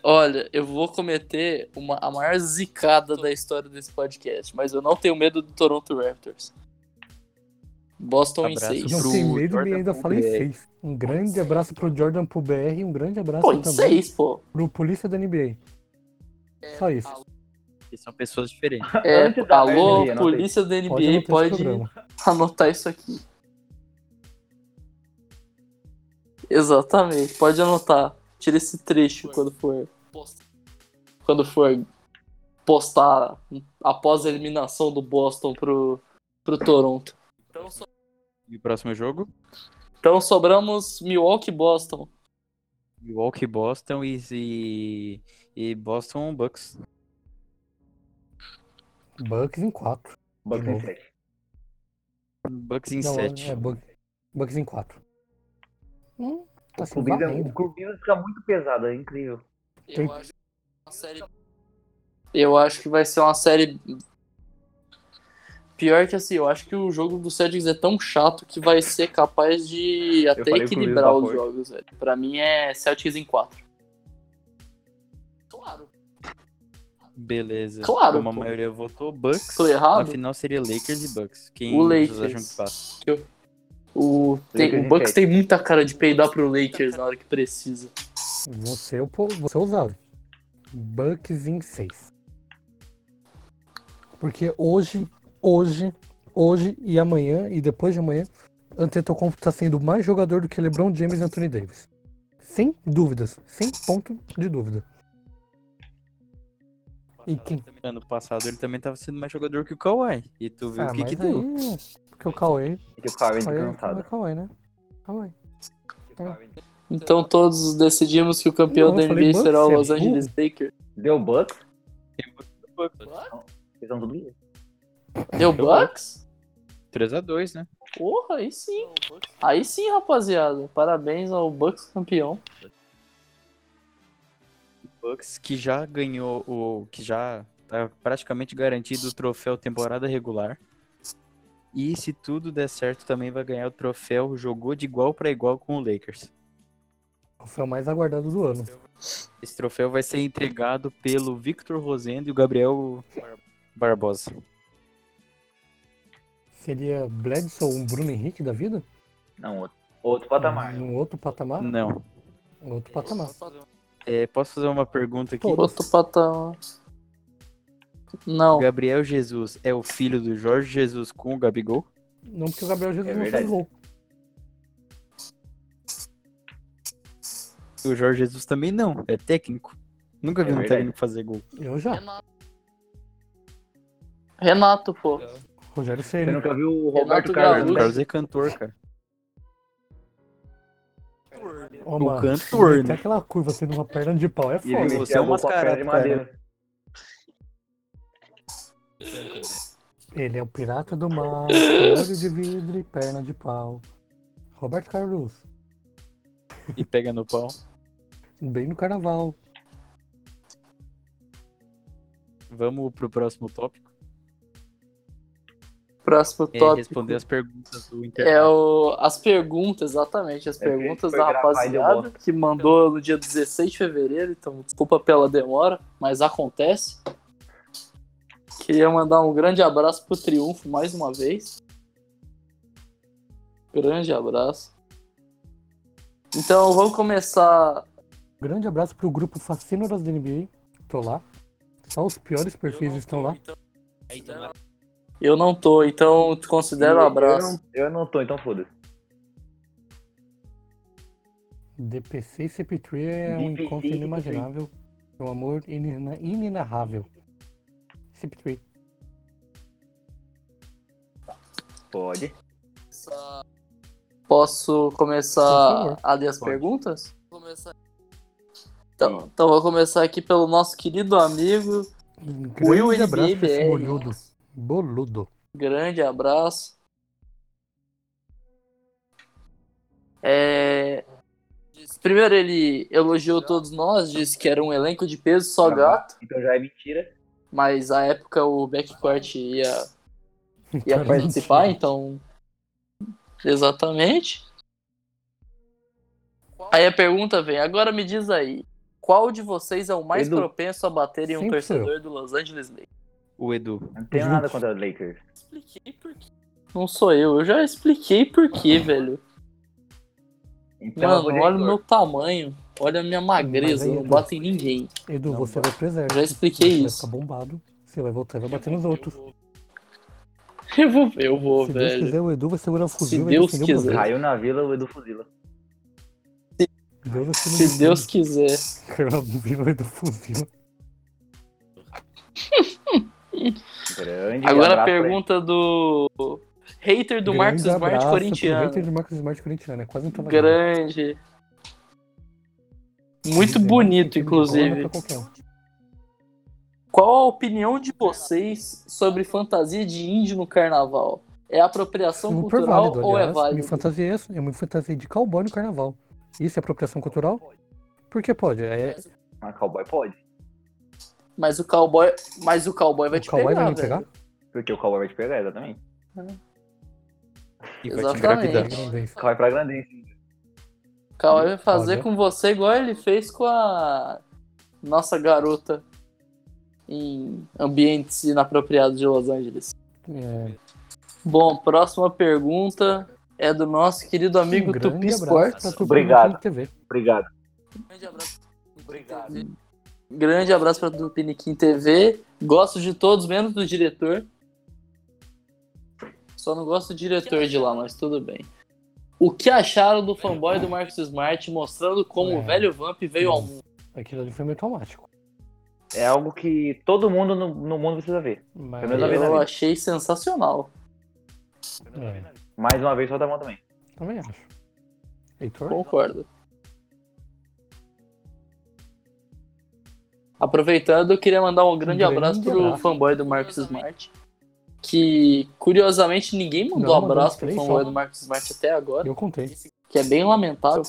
S3: Olha, eu vou cometer uma, a maior zicada da história desse podcast, mas eu não tenho medo do Toronto Raptors. Boston em
S6: Abraço.
S3: 6.
S4: Não
S6: Pro
S4: tem medo e
S6: Jordan
S4: ainda
S6: Poole
S4: fala em
S6: BR.
S4: 6. Um grande abraço pro Jordan pro BR, um grande abraço
S3: Pô, em
S4: também
S3: 6, pô.
S4: pro Polícia da NBA. Só isso.
S6: porque são pessoas diferentes.
S3: É,
S5: Antes da
S3: alô,
S5: NBA, né? não
S3: polícia da
S4: Pode
S3: NBA,
S4: anotar esse
S3: pode
S4: programa.
S3: anotar isso aqui. Exatamente, pode anotar. Tira esse trecho quando for. Quando for postar após a eliminação do Boston pro, pro Toronto. Então, so-
S6: E o próximo jogo?
S3: então sobramos Milwaukee e Boston.
S6: Milwaukee, Boston e, e, e Boston Bucks.
S4: Bucks em 4.
S5: Bucks em
S4: novo.
S5: sete.
S6: Bucks em
S4: Não,
S6: 7.
S4: é Bucks, Bucks em 4. Hum, tá
S5: O
S4: se
S5: clubismo, o
S4: varrendo.
S5: clubismo fica muito pesado, é incrível.
S4: Tem-
S3: Eu acho, que uma série- eu acho que vai ser uma série. Pior que assim, eu acho que o jogo do Celtics é tão chato que vai ser capaz de até
S5: falei com o
S3: equilibrar
S5: Luiz
S3: os
S5: Vapor.
S3: jogos, velho. Pra mim é Celtics em 4. Claro.
S6: Beleza.
S3: Claro,
S6: Como a
S3: pô.
S6: maioria votou, Bucks.
S3: Tô errado?
S6: A final seria Lakers e Bucks. Quem
S3: O
S6: vocês
S3: Lakers.
S6: acham que passa?
S3: O, tem-
S5: Lakers
S3: o
S5: em
S3: Bucks tem
S5: sete.
S3: muita cara de peidar pro Lakers na hora que precisa.
S4: Você, eu pô- você é ousado. Bucks em 6. Porque hoje, hoje, hoje e amanhã e depois de amanhã, Antetokounmpo tá sendo mais jogador do que LeBron James e Anthony Davis. Sem dúvidas, sem ponto de dúvida. E quem?
S6: Ano passado ele também tava sendo mais jogador que o Kawhi. E tu viu
S4: Ah,
S6: o que que
S4: mas aí,
S6: deu.
S4: Porque o Cauê,
S5: Que o Kawhi é
S4: Cauê, é
S5: descansado.
S4: Cauê, né? Cauê.
S3: Então todos decidimos que o campeão
S4: Não,
S3: da
S4: eu falei
S3: NBA será o
S4: Bucks,
S3: Los
S4: é
S3: Angeles Lakers.
S5: Deu Bucks? Vocês estão tudo isso?
S3: Deu É Bucks?
S6: 3x2, né?
S3: Porra, aí sim. Aí sim, rapaziada. Parabéns ao Bucks campeão.
S6: Bucks que já ganhou o que já tá praticamente garantido o troféu temporada regular. E se tudo der certo também vai ganhar o troféu jogou de igual para igual com o Lakers.
S4: Foi o mais aguardado do ano.
S6: Esse troféu vai ser entregado pelo Victor Rosendo e o Gabriel Bar- Barbosa.
S4: Seria Bledsoe um Bruno Henrique da vida?
S5: Não, outro. Outro patamar.
S4: Um outro
S3: Ah.
S4: patamar?
S6: Não.
S4: Um outro patamar.
S6: É, posso fazer uma pergunta aqui?
S4: Todos.
S3: Outro patamar. Não.
S6: Gabriel Jesus é o filho do Jorge Jesus com o Gabigol?
S4: Não porque o Gabriel Jesus
S5: É
S4: não faz
S5: verdade.
S4: gol.
S6: E o Jorge Jesus também não, é técnico. Nunca vi
S5: É
S6: um
S5: verdade.
S6: técnico fazer gol.
S4: Eu já.
S3: Renato, pô.
S4: Rogério
S5: Você
S4: Ceni.
S5: nunca viu o
S3: Renato
S5: Roberto Carlos?
S6: O
S3: Gaúcho.
S5: né?
S6: Carlos é cantor, cara.
S4: Ô,
S6: O
S4: mano,
S6: cantor,
S4: Até
S6: né?
S4: aquela curva sendo uma perna de pau é
S5: E ele
S6: Foda,
S4: foda.
S6: você
S5: metia
S6: é
S5: a
S6: um
S5: mão com a perna de
S6: mascarado, cara.
S5: madeira.
S4: Ele é o pirata do mar, olho de vidro e perna de pau. Roberto Carlos,
S6: E pega no pau.
S4: bem no carnaval.
S6: Vamos pro próximo tópico.
S3: Próximo
S6: É
S3: tópico.
S6: responder as perguntas do
S3: É
S6: internet.
S3: o, as perguntas, exatamente. As
S5: É porque a gente
S3: perguntas
S5: foi
S3: da
S5: gravar e deu
S3: rapaziada que mandou no dia 16 de fevereiro. Então, desculpa pela demora, mas acontece. Queria mandar um grande abraço pro Triunfo mais uma vez. Grande abraço. Então, vamos começar
S4: Grande abraço pro grupo Fascínoras da NBA. Tô lá. Só os piores perfis estão lá.
S7: então,
S3: Eu não tô, então te considero um abraço.
S5: Eu não, eu não tô, então foda-se.
S4: DPC e CP3 é um
S5: DPC e
S4: encontro
S5: CP3.
S4: inimaginável. Um amor inina- inenarrável. CP3.
S5: Pode.
S3: Posso
S4: Por
S3: começar
S4: favor.
S3: a ler as
S6: Pode.
S3: perguntas? Então, então vou começar aqui pelo nosso querido amigo.
S4: Grande abraço pra esse
S3: NBBR.
S4: boludo.
S5: é.
S4: Boludo.
S3: Grande abraço. É, Primeiro ele elogiou todos nós, disse que era um elenco de peso, só gato,
S5: Então já é mentira.
S3: mas à época o backcourt ia ia
S4: Cara,
S3: participar,
S4: mentira.
S3: então. Exatamente. Aí a pergunta vem, agora me diz aí, qual de vocês é o mais
S5: Edu.
S3: propenso a bater em um
S4: Sempre sou eu.
S3: torcedor do Los Angeles Lakers?
S6: O Edu.
S5: Não tenho nada contra o Lakers.
S3: Não sou eu, eu já expliquei por quê,
S4: Tá.
S3: velho.
S5: Então eu vou
S3: Mano,
S5: de
S3: olha o
S5: Lakers.
S3: meu tamanho, olha a minha magreza,
S4: Mas aí,
S3: não
S4: Edu.
S3: bato em ninguém.
S4: Edu,
S6: Não,
S4: você vai pro exército.
S3: Já expliquei
S4: Você
S3: isso.
S4: Vai ficar bombado. Você Você vai voltar, vai bater nos outros.
S3: Eu vou, eu vou,
S4: Se Deus
S3: velho.
S4: quiser, o Edu vai segurar o fuzil.
S3: Se
S4: vai
S3: Deus
S4: defender o Brasil.
S3: quiser.
S5: Caiu na vila, o Edu fuzila. Um
S4: Deus vai segurar o
S3: Se Deus quiser.
S4: fuzil. O Edu fuzil.
S5: Grande.
S3: Agora a
S5: abraço pra
S3: pergunta do hater do Marcos Smart
S4: Grande abraço pro hater
S3: corintiano.
S4: do Marcos Smart corintiano. É quase um trabalho.
S3: Grande. Muito
S4: Ele é
S3: bonito,
S4: um bola pra
S3: inclusive.
S4: qualquer um.
S3: Qual a opinião de vocês sobre fantasia de índio no carnaval? É apropriação
S4: Super
S3: cultural
S4: válido,
S3: ou é
S4: aliás. me
S3: válido?
S4: fantasiei, eu me fantasiei é de cowboy no carnaval. Isso é apropriação cultural? Porque pode. É,
S5: Ah, cowboy pode.
S3: Mas o cowboy, mas o cowboy vai
S4: o
S3: te
S4: cowboy
S3: pegar,
S4: vai me
S3: velho.
S4: pegar?
S5: Porque o cowboy vai te pegar, exatamente.
S6: E vai te engravidar.
S3: Exatamente.
S5: Cowboy pra grandeza.
S3: O cowboy vai fazer
S4: Olha.
S3: com você igual ele fez com a nossa garota em ambientes inapropriados de Los Angeles.
S4: É,
S3: Bom, próxima pergunta é do nosso querido amigo
S4: um grande
S3: Tupi
S4: abraço
S3: Sports.
S4: pra Tupi
S5: Obrigado.
S4: na TV.
S5: Obrigado.
S3: um Grande abraço. Obrigado. Grande abraço para Tupiniquim TV. Gosto de todos, menos do diretor. Só não gosto do diretor de lá, mas tudo bem. O que acharam do fanboy do Marcos Smart mostrando como
S4: É.
S3: o velho Vamp veio ao mundo?
S4: Aquilo ali foi meio traumático.
S5: É algo que todo mundo no, no mundo precisa ver.
S4: Mas...
S5: Pelo menos a vida
S3: Eu
S5: dele.
S3: achei sensacional.
S4: É,
S5: Mais uma vez, solta a mão também.
S4: também acho. Heitor?
S3: Concordo. Aproveitando, eu queria mandar um grande,
S4: Grande
S3: abraço pro
S4: abraço.
S3: fanboy do Marcos Smart. Que curiosamente ninguém mandou
S4: Não, mandou
S3: abraço
S4: uns
S3: pro
S4: três
S3: fanboy
S4: só.
S3: do Marcos Smart até agora,
S4: Eu contei.
S3: que é bem lamentável.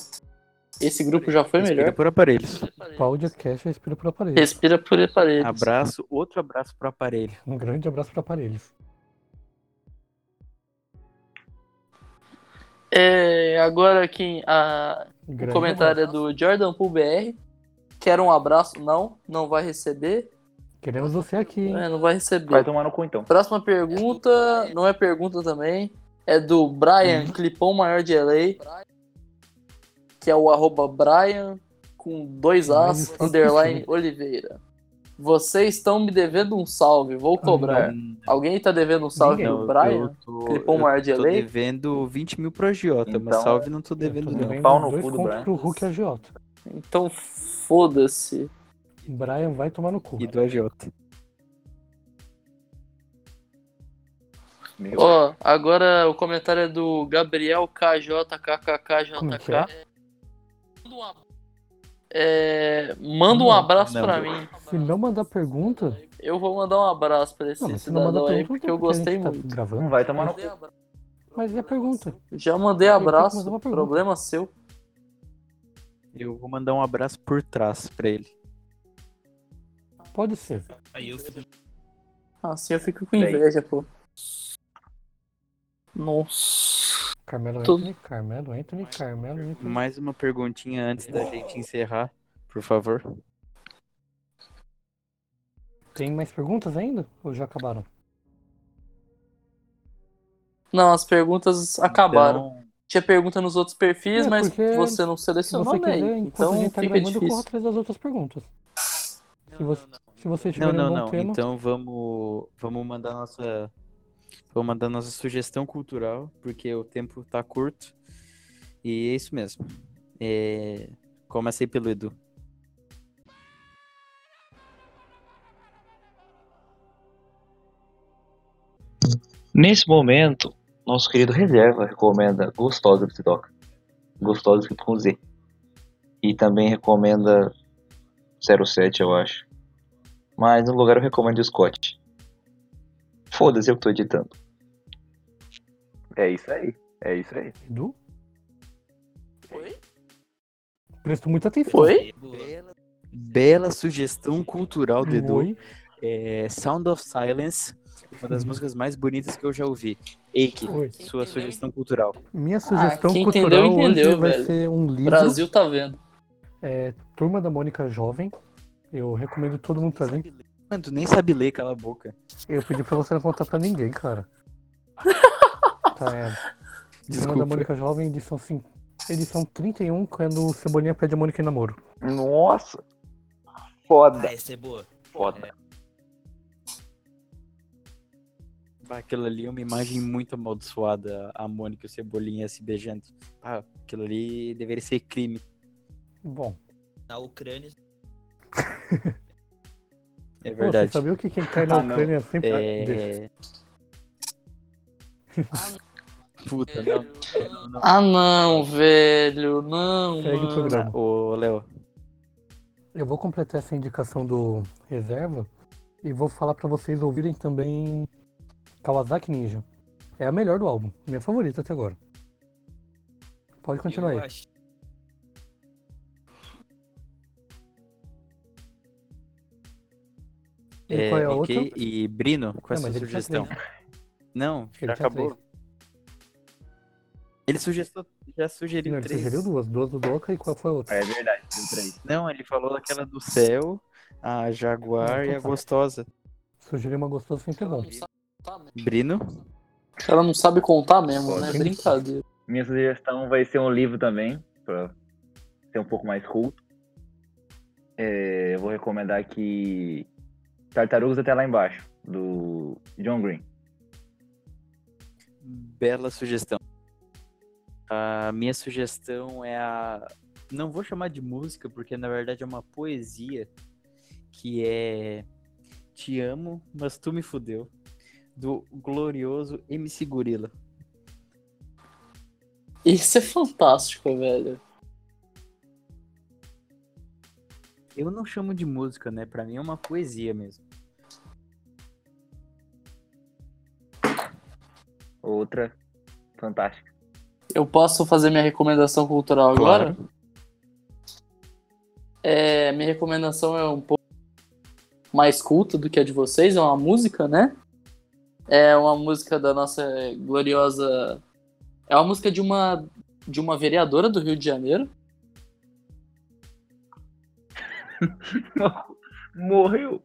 S3: Esse grupo já foi
S6: Respira
S3: melhor.
S6: por aparelhos.
S4: Podcast respira por aparelhos.
S3: Respira por aparelhos.
S6: Abraço, outro abraço pro aparelho.
S4: Um grande abraço para aparelhos.
S3: É, agora quem a,
S4: Um
S3: o
S4: grande
S3: comentário é
S4: abraço.
S3: do Jordan Pool BR. Quer um abraço? Não, não vai receber.
S4: Queremos você aqui, hein?
S3: É, não vai receber.
S5: Vai tomar no cu então.
S3: Próxima pergunta, não é pergunta também, é do Brian Clipão Maior de LA, que é o arroba Brian com dois
S4: Mas
S3: As,
S4: isso é
S3: underline
S4: possível.
S3: Oliveira. Vocês estão me devendo um salve, vou cobrar. Alguém tá devendo um salve
S4: Ninguém.
S3: pro Brian?
S6: eu tô,
S3: Clipou uma
S6: eu
S3: arte
S6: tô
S3: além?
S6: devendo 20 mil pro Agiota, mas
S5: Então,
S6: salve não tô
S4: Eu tô
S6: devendo não.
S4: devendo
S5: um Pau no
S4: dois
S5: cu do
S4: contos
S5: Brian.
S4: pro Hulk e Agiota.
S3: Então foda-se.
S4: O Brian vai tomar no cu.
S6: E do Agiota.
S5: Meu,
S3: Ó, agora o comentário é do Gabriel
S4: Como é que
S3: KJKKKJK.
S4: é?
S3: um É, manda um
S4: Não,
S3: abraço
S6: não.
S3: pra mim.
S4: Se não mandar pergunta.
S3: Eu vou mandar um abraço pra esse
S4: Não, mas se não mandar
S3: cidadão aí,
S4: pergunta,
S3: porque
S4: não,
S3: eu
S4: a
S3: gostei
S4: gente tá
S3: muito.
S5: não
S4: Gravando.
S5: vai tomar no cu.
S4: Mas é a pergunta.
S3: Já mandei
S4: Eu tenho que
S3: abraço,
S4: mandar uma pergunta.
S3: problema seu.
S6: Eu vou mandar um abraço por trás pra ele.
S4: Pode ser.
S7: Aí eu fico
S3: Assim eu fico com inveja, pô. Nossa.
S4: Carmelo
S3: Tudo.
S4: Anthony, Carmelo Anthony, Carmelo Anthony.
S6: Mais uma perguntinha antes da gente encerrar, por favor.
S4: Tem mais perguntas ainda? Ou já acabaram?
S3: Não, as perguntas acabaram.
S6: Então,
S3: Tinha pergunta nos outros perfis,
S4: É,
S3: mas
S4: porque
S3: você não
S4: Se
S3: selecionou
S4: você
S3: bem.
S4: quiser, enquanto
S3: Então
S4: a gente tá
S3: fica
S4: gravando, eu corro
S3: difícil.
S4: atrás das outras perguntas. Se você, se você tiver um
S6: não, não,
S4: bom
S6: não.
S4: tema,
S6: Então vamos, vamos mandar nossa. Vamos mandar nossa sugestão cultural, porque o tempo tá curto. E é isso mesmo. É... Começa aí pelo Edu.
S8: Nesse momento, nosso querido reserva recomenda Gostosa do Sidoca. Gostosa escrito com Z. E também recomenda 07, eu acho. Mas no lugar eu recomendo o Scott. Foda-se, eu que tô editando.
S5: É isso aí. É isso aí.
S4: Edu?
S3: Oi?
S4: Presto muita atenção.
S3: Oi?
S6: Bela sugestão cultural do Edu.
S4: Oi?
S6: É Sound of Silence, uma
S4: Uhum.
S6: das músicas mais bonitas que eu já ouvi. Eike,
S4: Oi.
S6: sua sugestão cultural.
S4: Minha sugestão
S3: Ah, quem entendeu,
S4: cultural
S3: entendeu,
S4: hoje vai
S3: velho.
S4: ser um livro.
S3: Brasil tá vendo.
S4: É, Turma da Mônica Jovem. Eu recomendo todo mundo trazer.
S6: Mano, tu nem sabe ler, cala a boca.
S4: Eu pedi pra você não contar pra ninguém, cara. tá, é. Turma da
S6: Desculpa.
S4: Mônica Jovem, edição, cin- edição 31, quando o Cebolinha pede a Mônica em namoro.
S5: Nossa. Foda.
S7: essa é boa.
S5: Foda.
S6: Bah, aquilo ali é uma imagem muito amaldiçoada, a Mônica e o Cebolinha se beijando. Ah, aquilo ali deveria ser crime.
S4: Bom,
S9: Na Ucrânia.
S6: É
S4: pô, você
S6: verdade.
S4: sabia o que quem cai na
S6: Ah, não.
S4: Ucrânia sempre. Deixa.
S6: É... Puta, não. não, não.
S3: Ah, não, velho. Não,
S4: Segue o
S3: mano.
S4: programa.
S6: Ô, Léo,
S4: Eu vou completar essa indicação do reserva e vou falar pra vocês ouvirem também Kawasaki Ninja. É a melhor do álbum, minha favorita até agora. Pode continuar
S9: eu
S4: aí.
S9: acho.
S4: E qual é a
S6: ok?
S4: outra?
S6: E Brino, com
S4: Não,
S6: essa
S4: mas ele já né?
S6: sugestão? Não,
S4: Ele
S6: já
S4: tinha
S6: acabou. Ele sugestou, já sugeriu
S4: Não, ele
S6: três.
S4: sugeriu duas, duas do Doca e qual foi a outra?
S5: É verdade, tem três.
S6: Não, ele falou daquela do céu, a Jaguar e a gostosa.
S4: Sugeriu uma gostosa sempre é bom.
S6: Brino?
S3: Ela não sabe contar mesmo, né?
S4: Pode.
S3: Brincadeira.
S5: Minha sugestão vai ser um livro também, pra ser um pouco mais culto. É, eu vou recomendar aqui Tartarugas até lá embaixo, do John Green.
S6: Bela sugestão. A minha sugestão é a. Não vou chamar de música, porque na verdade é uma poesia que é Te amo, mas tu me fudeu, do glorioso MC Gorila.
S3: Isso é fantástico, velho.
S6: Eu não chamo de música, né? Pra mim é uma poesia mesmo.
S5: Outra fantástica.
S3: Eu posso fazer minha recomendação cultural
S6: Claro.
S3: agora? É, minha recomendação é um pouco mais culta do que a de vocês, é uma música, né? É uma música da nossa gloriosa. É uma música de uma, de uma vereadora do Rio de Janeiro.
S5: Morreu!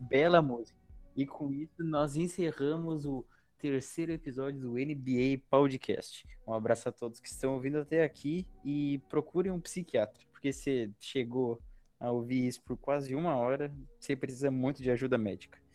S6: Bela música. E com isso nós encerramos o terceiro episódio do NBA Podcast. Um abraço a todos que estão ouvindo até aqui e procurem um psiquiatra, porque você chegou a ouvir isso por quase uma hora, você precisa muito de ajuda médica.